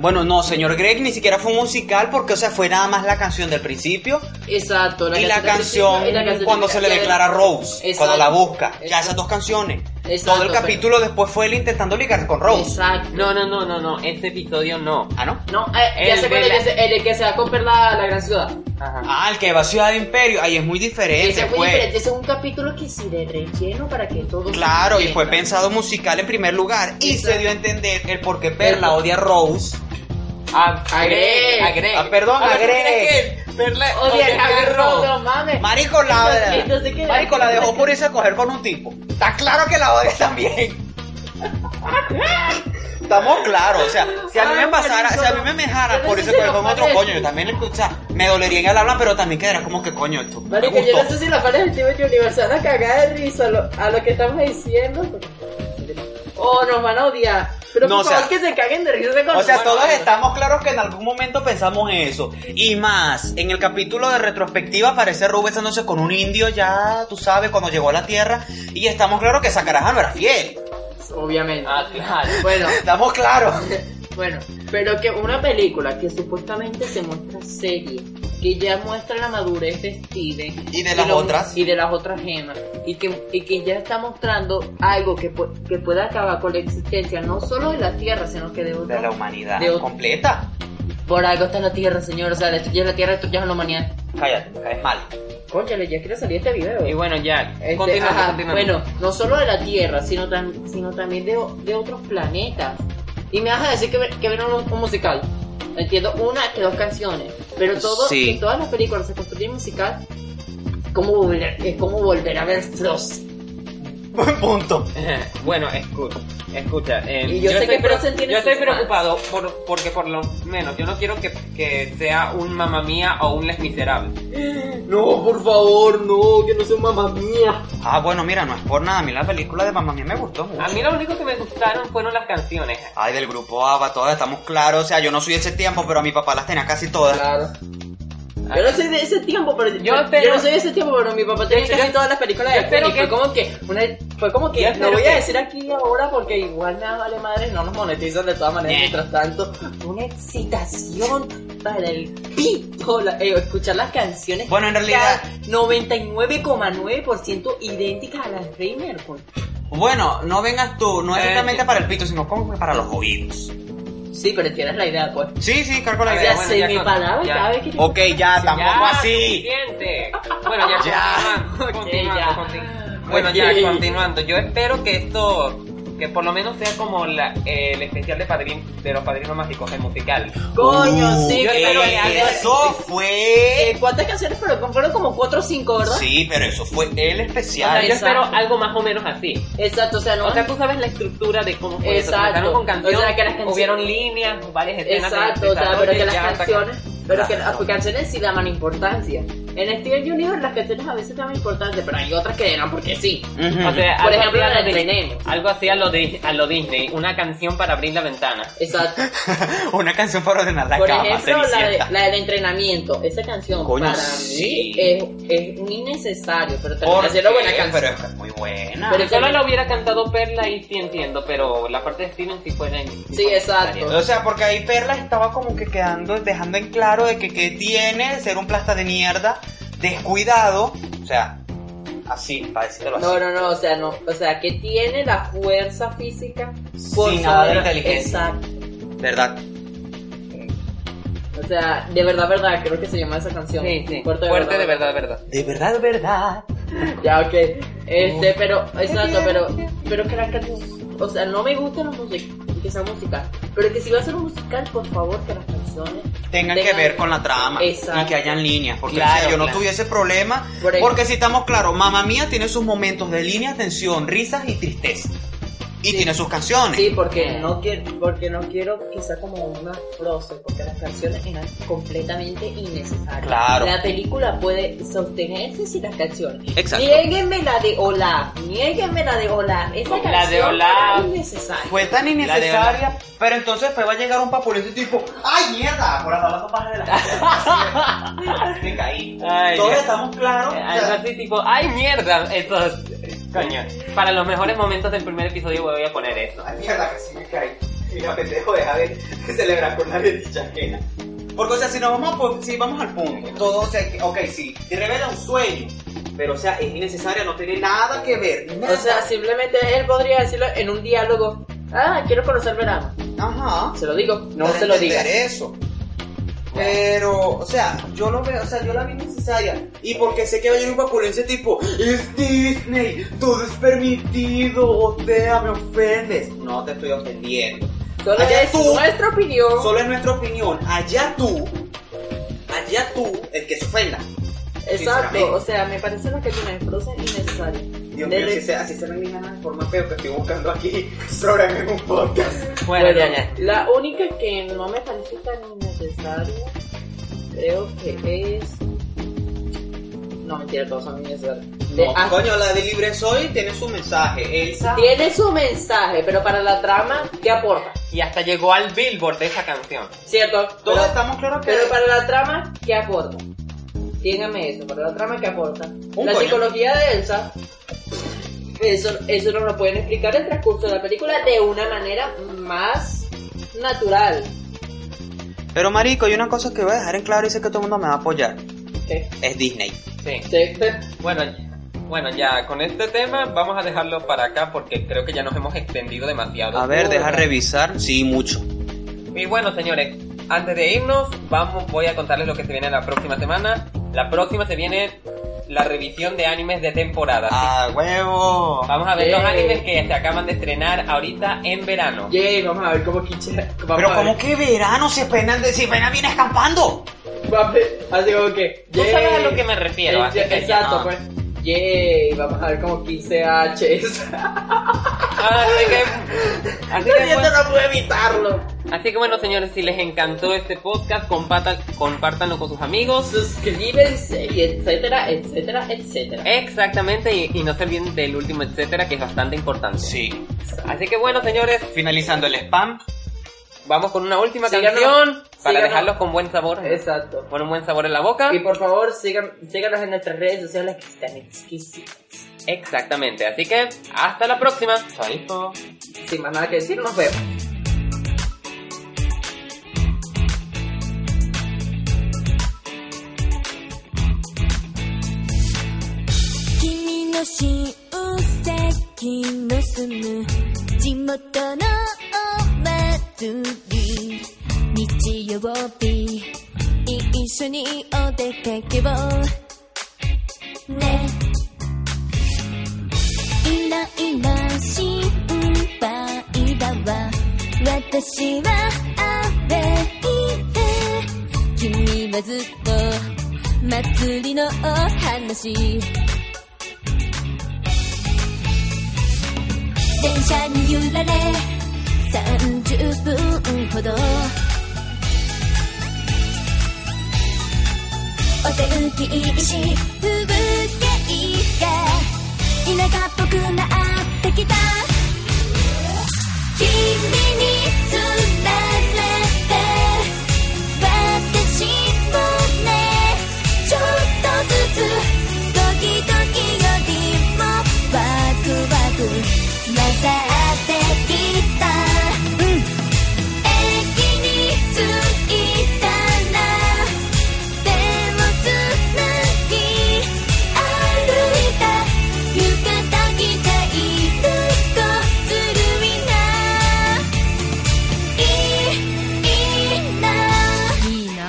Bueno, no, señor Greg, ni siquiera fue un musical porque, o sea, fue nada más la canción del principio
Exacto,
y la
del
canción
principio y la canción
cuando
del-
se le
ya-
declara a Rose,
Exacto.
cuando la busca. Ya
Exacto.
esas dos canciones.
Exacto,
Todo el
pero-
capítulo después fue él intentando ligar con Rose.
Exacto.
No, no, no, no, no. Este episodio no.
Ah, ¿no?
No, eh, ya
El
sé cuál es
de la-
el que se- el de que se va a comprar la, la gran ciudad.
Ajá.
Ah, el que va a Ciudad de Imperio. Ahí es muy diferente,
Ese es muy
pues.
diferente, ese es un capítulo que sí de relleno para que todo.
Claro, y
se
fue
entienda.
pensado musical en primer lugar. Y
Exacto.
se dio a entender el por qué Perla odia a Rose.
A,
Greg.
A Greg.
Ah, perdón,
Ahora,
a
¿tú
Greg.
crees que Perla
Oye,
odia a
no,
Greg Rose?
no mames.
Marico, la cabra.
Entonces, ¿qué?
Marico, la dejó por irse a coger con un tipo. Está claro que la odia también. Estamos claros, o sea, si a mí
Ay,
me pasara,
marico,
si a mí
no.
me mejara
Yo
por
no
irse
sé
a
si
coger con
lo
otro
parece.
coño, yo también le o sea, me dolería en el alma, pero también quedará como que coño esto. no me
Marico, yo no
gustó.
sé si la pareja del tío Junior se van a cagar de risa a lo, a lo que estamos diciendo. O Oh, nos van a odiar. Pero
No,
por
o sea-
favor que se caguen de risa con
O sea,
Bueno,
todos
bueno.
estamos claros que en algún momento pensamos eso. Y más, en el capítulo de retrospectiva aparece Rubén estándose con un indio ya, tú sabes, cuando llegó a la tierra. Y estamos claros que Sacarajá no era fiel.
Obviamente.
Ah, claro.
Bueno,
Estamos claros.
bueno, pero que una película que supuestamente se muestra seria, que ya muestra la madurez de Steven
Y de las
lo-
otras.
y de las otras gemas y que, y que ya está mostrando algo que, pu- que puede acabar con la existencia no solo de la Tierra, sino que de
De
otra
la humanidad
De otro-
completa.
Por algo está la Tierra, señor. O sea, destruyes la Tierra, destruyes la humanidad.
Cállate, me caes mal.
Cónchale, ya quiero salir este video.
Y bueno, ya.
Este,
continúa,
ajá,
continúa.
Bueno, no solo de la Tierra, sino, tam- sino también de, o- de otros planetas. Y me vas a decir que, ve- que ven un, un musical. Entiendo una que dos canciones. Pero todo,
Sí.
en todas las películas se construye un musical. ¿Cómo volver, eh, cómo volver a ver Frost?
Buen punto.
[laughs] bueno, escucha, escucha. eh,
Y yo sé que
estoy pre-
Frozen tiene
yo
sus
estoy preocupado por- porque por lo menos yo no quiero que, que sea un mamá mía o un Les Miserable.
No, por favor, no, que no soy mamá mía.
Ah, bueno, mira, no es por nada. A mí la película de Mamá Mía me gustó mucho.
A mí lo único que me gustaron fueron las canciones.
Ay, del grupo ABBA, todas estamos claros. O sea, yo no soy de ese tiempo, pero a mi papá las tenía casi todas.
Claro. Yo no soy de ese tiempo, pero
Yo
yo,
espero-
no soy de ese tiempo, pero mi papá tenía
Yo-
casi
yo-
todas las películas de
yo espero
Disney. Fue
que-
como que, una- fue como
Yo
que,
espero
lo voy
que-
a decir aquí ahora porque igual nada vale madre, no nos monetizan de todas maneras.
Ñe.
Mientras tanto, una excitación para el pito, la- eh, escuchar las canciones.
Bueno, en realidad-
cada 99,9% idénticas a las pues. de Mercury.
Bueno, no vengas tú, no
Eh,
exactamente
sí.
para el pito, sino como que para los oídos.
Sí, pero tienes la idea, pues.
Sí, sí, cargo la
A
Ya
ver,
idea.
bueno,
se
ya
me
con-
paraba
ya.
cada vez que
Ok, ya, tampoco
Ya,
así.
suficiente. Bueno, ya,
Ya.
continuando,
Ok,
continuando,
ya.
continu- Bueno, ya,
Ok.
continuando. Yo espero que esto, que por lo menos sea como la- eh, el especial de, padrin, de los padrinos mágicos, el musical.
Coño, sí,
Uh, yo
pero
espero
eh,
que haga-
Eso
Eh,
fue.
¿Cuántas canciones fueron? Fueron como 4 o 5, ¿verdad?
Sí, pero eso fue el
O sea,
especial.
yo espero
Exacto.
algo más o menos así.
Exacto, o sea, no.
O sea, tú sabes la estructura de cómo fue eso.
Exacto.
Comenzaron con canciones,
O sea, que las canciones-
hubieron líneas, varias escenas. de
Exacto, o sea, pero
desarrollo
que
y
las
ya hasta que-
canciones, pero que
Claro.
las canciones sí daban importancia. En Steven Universe las canciones a veces daban importancia, pero hay otras que no porque sí.
Ujú.
O sea,
Por
algo
ejemplo,
así a
la
lo
de
Disney.
Tenemos.
Algo así a lo, Di- a lo Disney, una canción para abrir la ventana.
Exacto.
Una canción para ordenar la
Por
cama.
ejemplo, la, de,
Cenicienta.
la del entrenamiento, esa canción
Coño,
para
sí.
mí es, es innecesario, pero
¿Por
termina siendo
qué?
buena canción.
Pero es muy buena.
Pero-
Pero solo la hubiera cantado Perla y sí entiendo, pero la parte de Steven sí fue de...
Sí, exacto.
O sea, porque ahí Perla estaba como que quedando, dejando en claro de que, que tiene ser un plasta de mierda, descuidado. O sea, así, para decirlo así.
No, no, no, o sea, no, o sea, que tiene la fuerza física
Sin nada de
sobre-
inteligencia.
Exacto.
¿Verdad?
O sea, de verdad, verdad, creo que se llama esa canción.
Sí, sí.
Fuerte
Fuerte,
de
de
verdad.
verdad, de verdad.
De verdad, verdad.
Ya, ok. Este, pero, exacto, pero, pero que la canción, o sea, no me gustan los musicales, que sea musical, pero que si va a ser un musical, por favor, que las canciones
Tengan que ver con la trama y
Exacto.
que hayan líneas, porque
Claro,
o sea, yo no
claro.
tuviese problema,
Por ahí.
porque si estamos claros, mamá mía tiene sus momentos de línea, tensión, risas y tristeza. Y
Sí.
tiene sus canciones.
Sí, porque no quiero, porque no quiero que sea como una frase, porque las canciones eran completamente innecesarias.
Claro.
La película puede este sostenerse sin las canciones.
Exacto.
Niéguenme la de Olaf, niéguenme la de Olaf. Esa
La de
canción era
Olaf.
innecesaria.
Fue tan
La
innecesaria, pero entonces pues va a llegar un papulito y tipo, ¡ay mierda! Por la sopa de la [laughs] Me caí.
Ay,
Todos
Dios.
estamos claros.
Eh,
o sea,
Algo así tipo, ¡ay mierda! Eso, coño. Para los mejores momentos del primer episodio voy a poner eso.
Ay, mierda, que sí me caí. Mira, pendejo, deja de celebrar con la desdicha ajena. Porque, o sea, si nos vamos, a po- si vamos al punto, todo, o sea, que- ok, sí, te revela un sueño, pero, o sea, es innecesaria, no tiene nada que ver. nada.
O sea, simplemente él podría decirlo en un diálogo. Ah, quiero conocer verano.
ajá.
Se lo digo, no
para
se lo diga.
entender eso. Pero, o sea, yo lo veo, o sea, yo la vi necesaria. Y porque sé que va a llegar un vaculense tipo, es Disney, todo es permitido, o sea, me ofendes. No te estoy ofendiendo.
Solo
Allá
es
tú.
nuestra opinión.
Solo es nuestra opinión. Allá tú, allá tú, el que se ofenda.
Exacto, o sea, me parece las que tienen cosas innecesarias.
Dios mío,
Desde-
así se- así serán mis ganas de forma feo que estoy buscando aquí [laughs] programa en un podcast.
Bueno,
Bueno,
ya, ya.
La única que no me parece tan innecesaria, creo que es. No, mentira, todos son innecesarios. De-
No,
ah,
coño, la de Libre Soy tiene su mensaje. Elsa.
tiene su mensaje, pero para la trama, ¿qué aporta?
Y hasta llegó al Billboard de esa canción.
¿Cierto?
Todos
Pero-
estamos claros que.
Pero para la trama, ¿qué aporta? Díganme eso, para la trama, ¿qué aporta? la
coño.
psicología de Elsa, eso, eso nos lo pueden explicar en el transcurso de la película de una manera más natural.
Pero marico, hay una cosa que voy a dejar en claro y sé que todo el mundo me va a apoyar.
¿Qué?
Es Disney.
Sí.
Sí.
Bueno, bueno, ya con este tema vamos a dejarlo para acá porque creo que ya nos hemos extendido demasiado.
A ver, deja revisar. Sí, mucho.
Y bueno, señores, antes de irnos, vamos, voy a contarles lo que se viene la próxima semana. La próxima se viene la revisión de animes de temporada.
¡Ah, huevo!
Vamos a ver
Yeah.
los animes que se acaban de estrenar ahorita en verano.
Yay, vamos a ver cómo Kiche. vamos
Pero
a
¿cómo
ver. [laughs]
que verano si pena, si pena viene escampando?
Vamos a- Así como que.
Tú
yay.
sabes a lo que me refiero,
Eh,
así que
Exacto,
ya.
pues. Yay, vamos a ver como 15 [laughs] H's.
Así que, así que, bueno,
no pude evitarlo.
así que bueno, señores, si les encantó este podcast, compata- compártanlo con sus amigos.
Suscríbanse y etcétera, etcétera, etcétera.
Exactamente, y, y no se olviden del último etcétera, que es bastante importante.
Sí.
Así que bueno, señores,
Finalizando el spam.
vamos con una última
Síganos.
canción para
Síganos.
dejarlos con buen sabor.
Exacto.
Con un buen sabor en la boca.
Y por favor, sigan, síganos en nuestras redes sociales que están exquisitas.
Exactamente. Así que hasta la próxima. Chaito.
Sin más nada que decir, nos vemos.
「君の親戚の住む地元のお祭り」「日曜日一緒にお出かけをね」「イライラ心配だわ私は歩いて」「君はずっと祭りのお話」電車に揺られ30分ほどお天気いいし風景が田舎っぽくなってきた君につられて私もねちょっとずつドキドキよりもワクワク混ざってきた、うん、駅に着いたら手をつなぎ歩いた浴衣着ている子ずるいないいないいな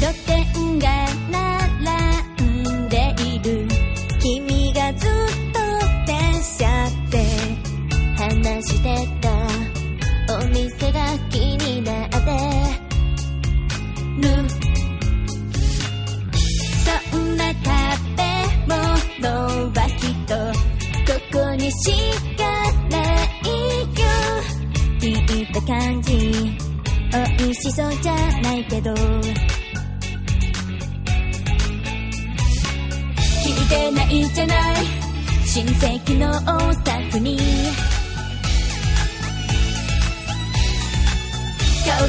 露店が並んでいる君がずっと電車で話してたお店が気になってるそんな食べ物はきっとここにしかないよ聞いた感じ美味しそうじゃないけど聞いてないじゃない親戚のお宅に顔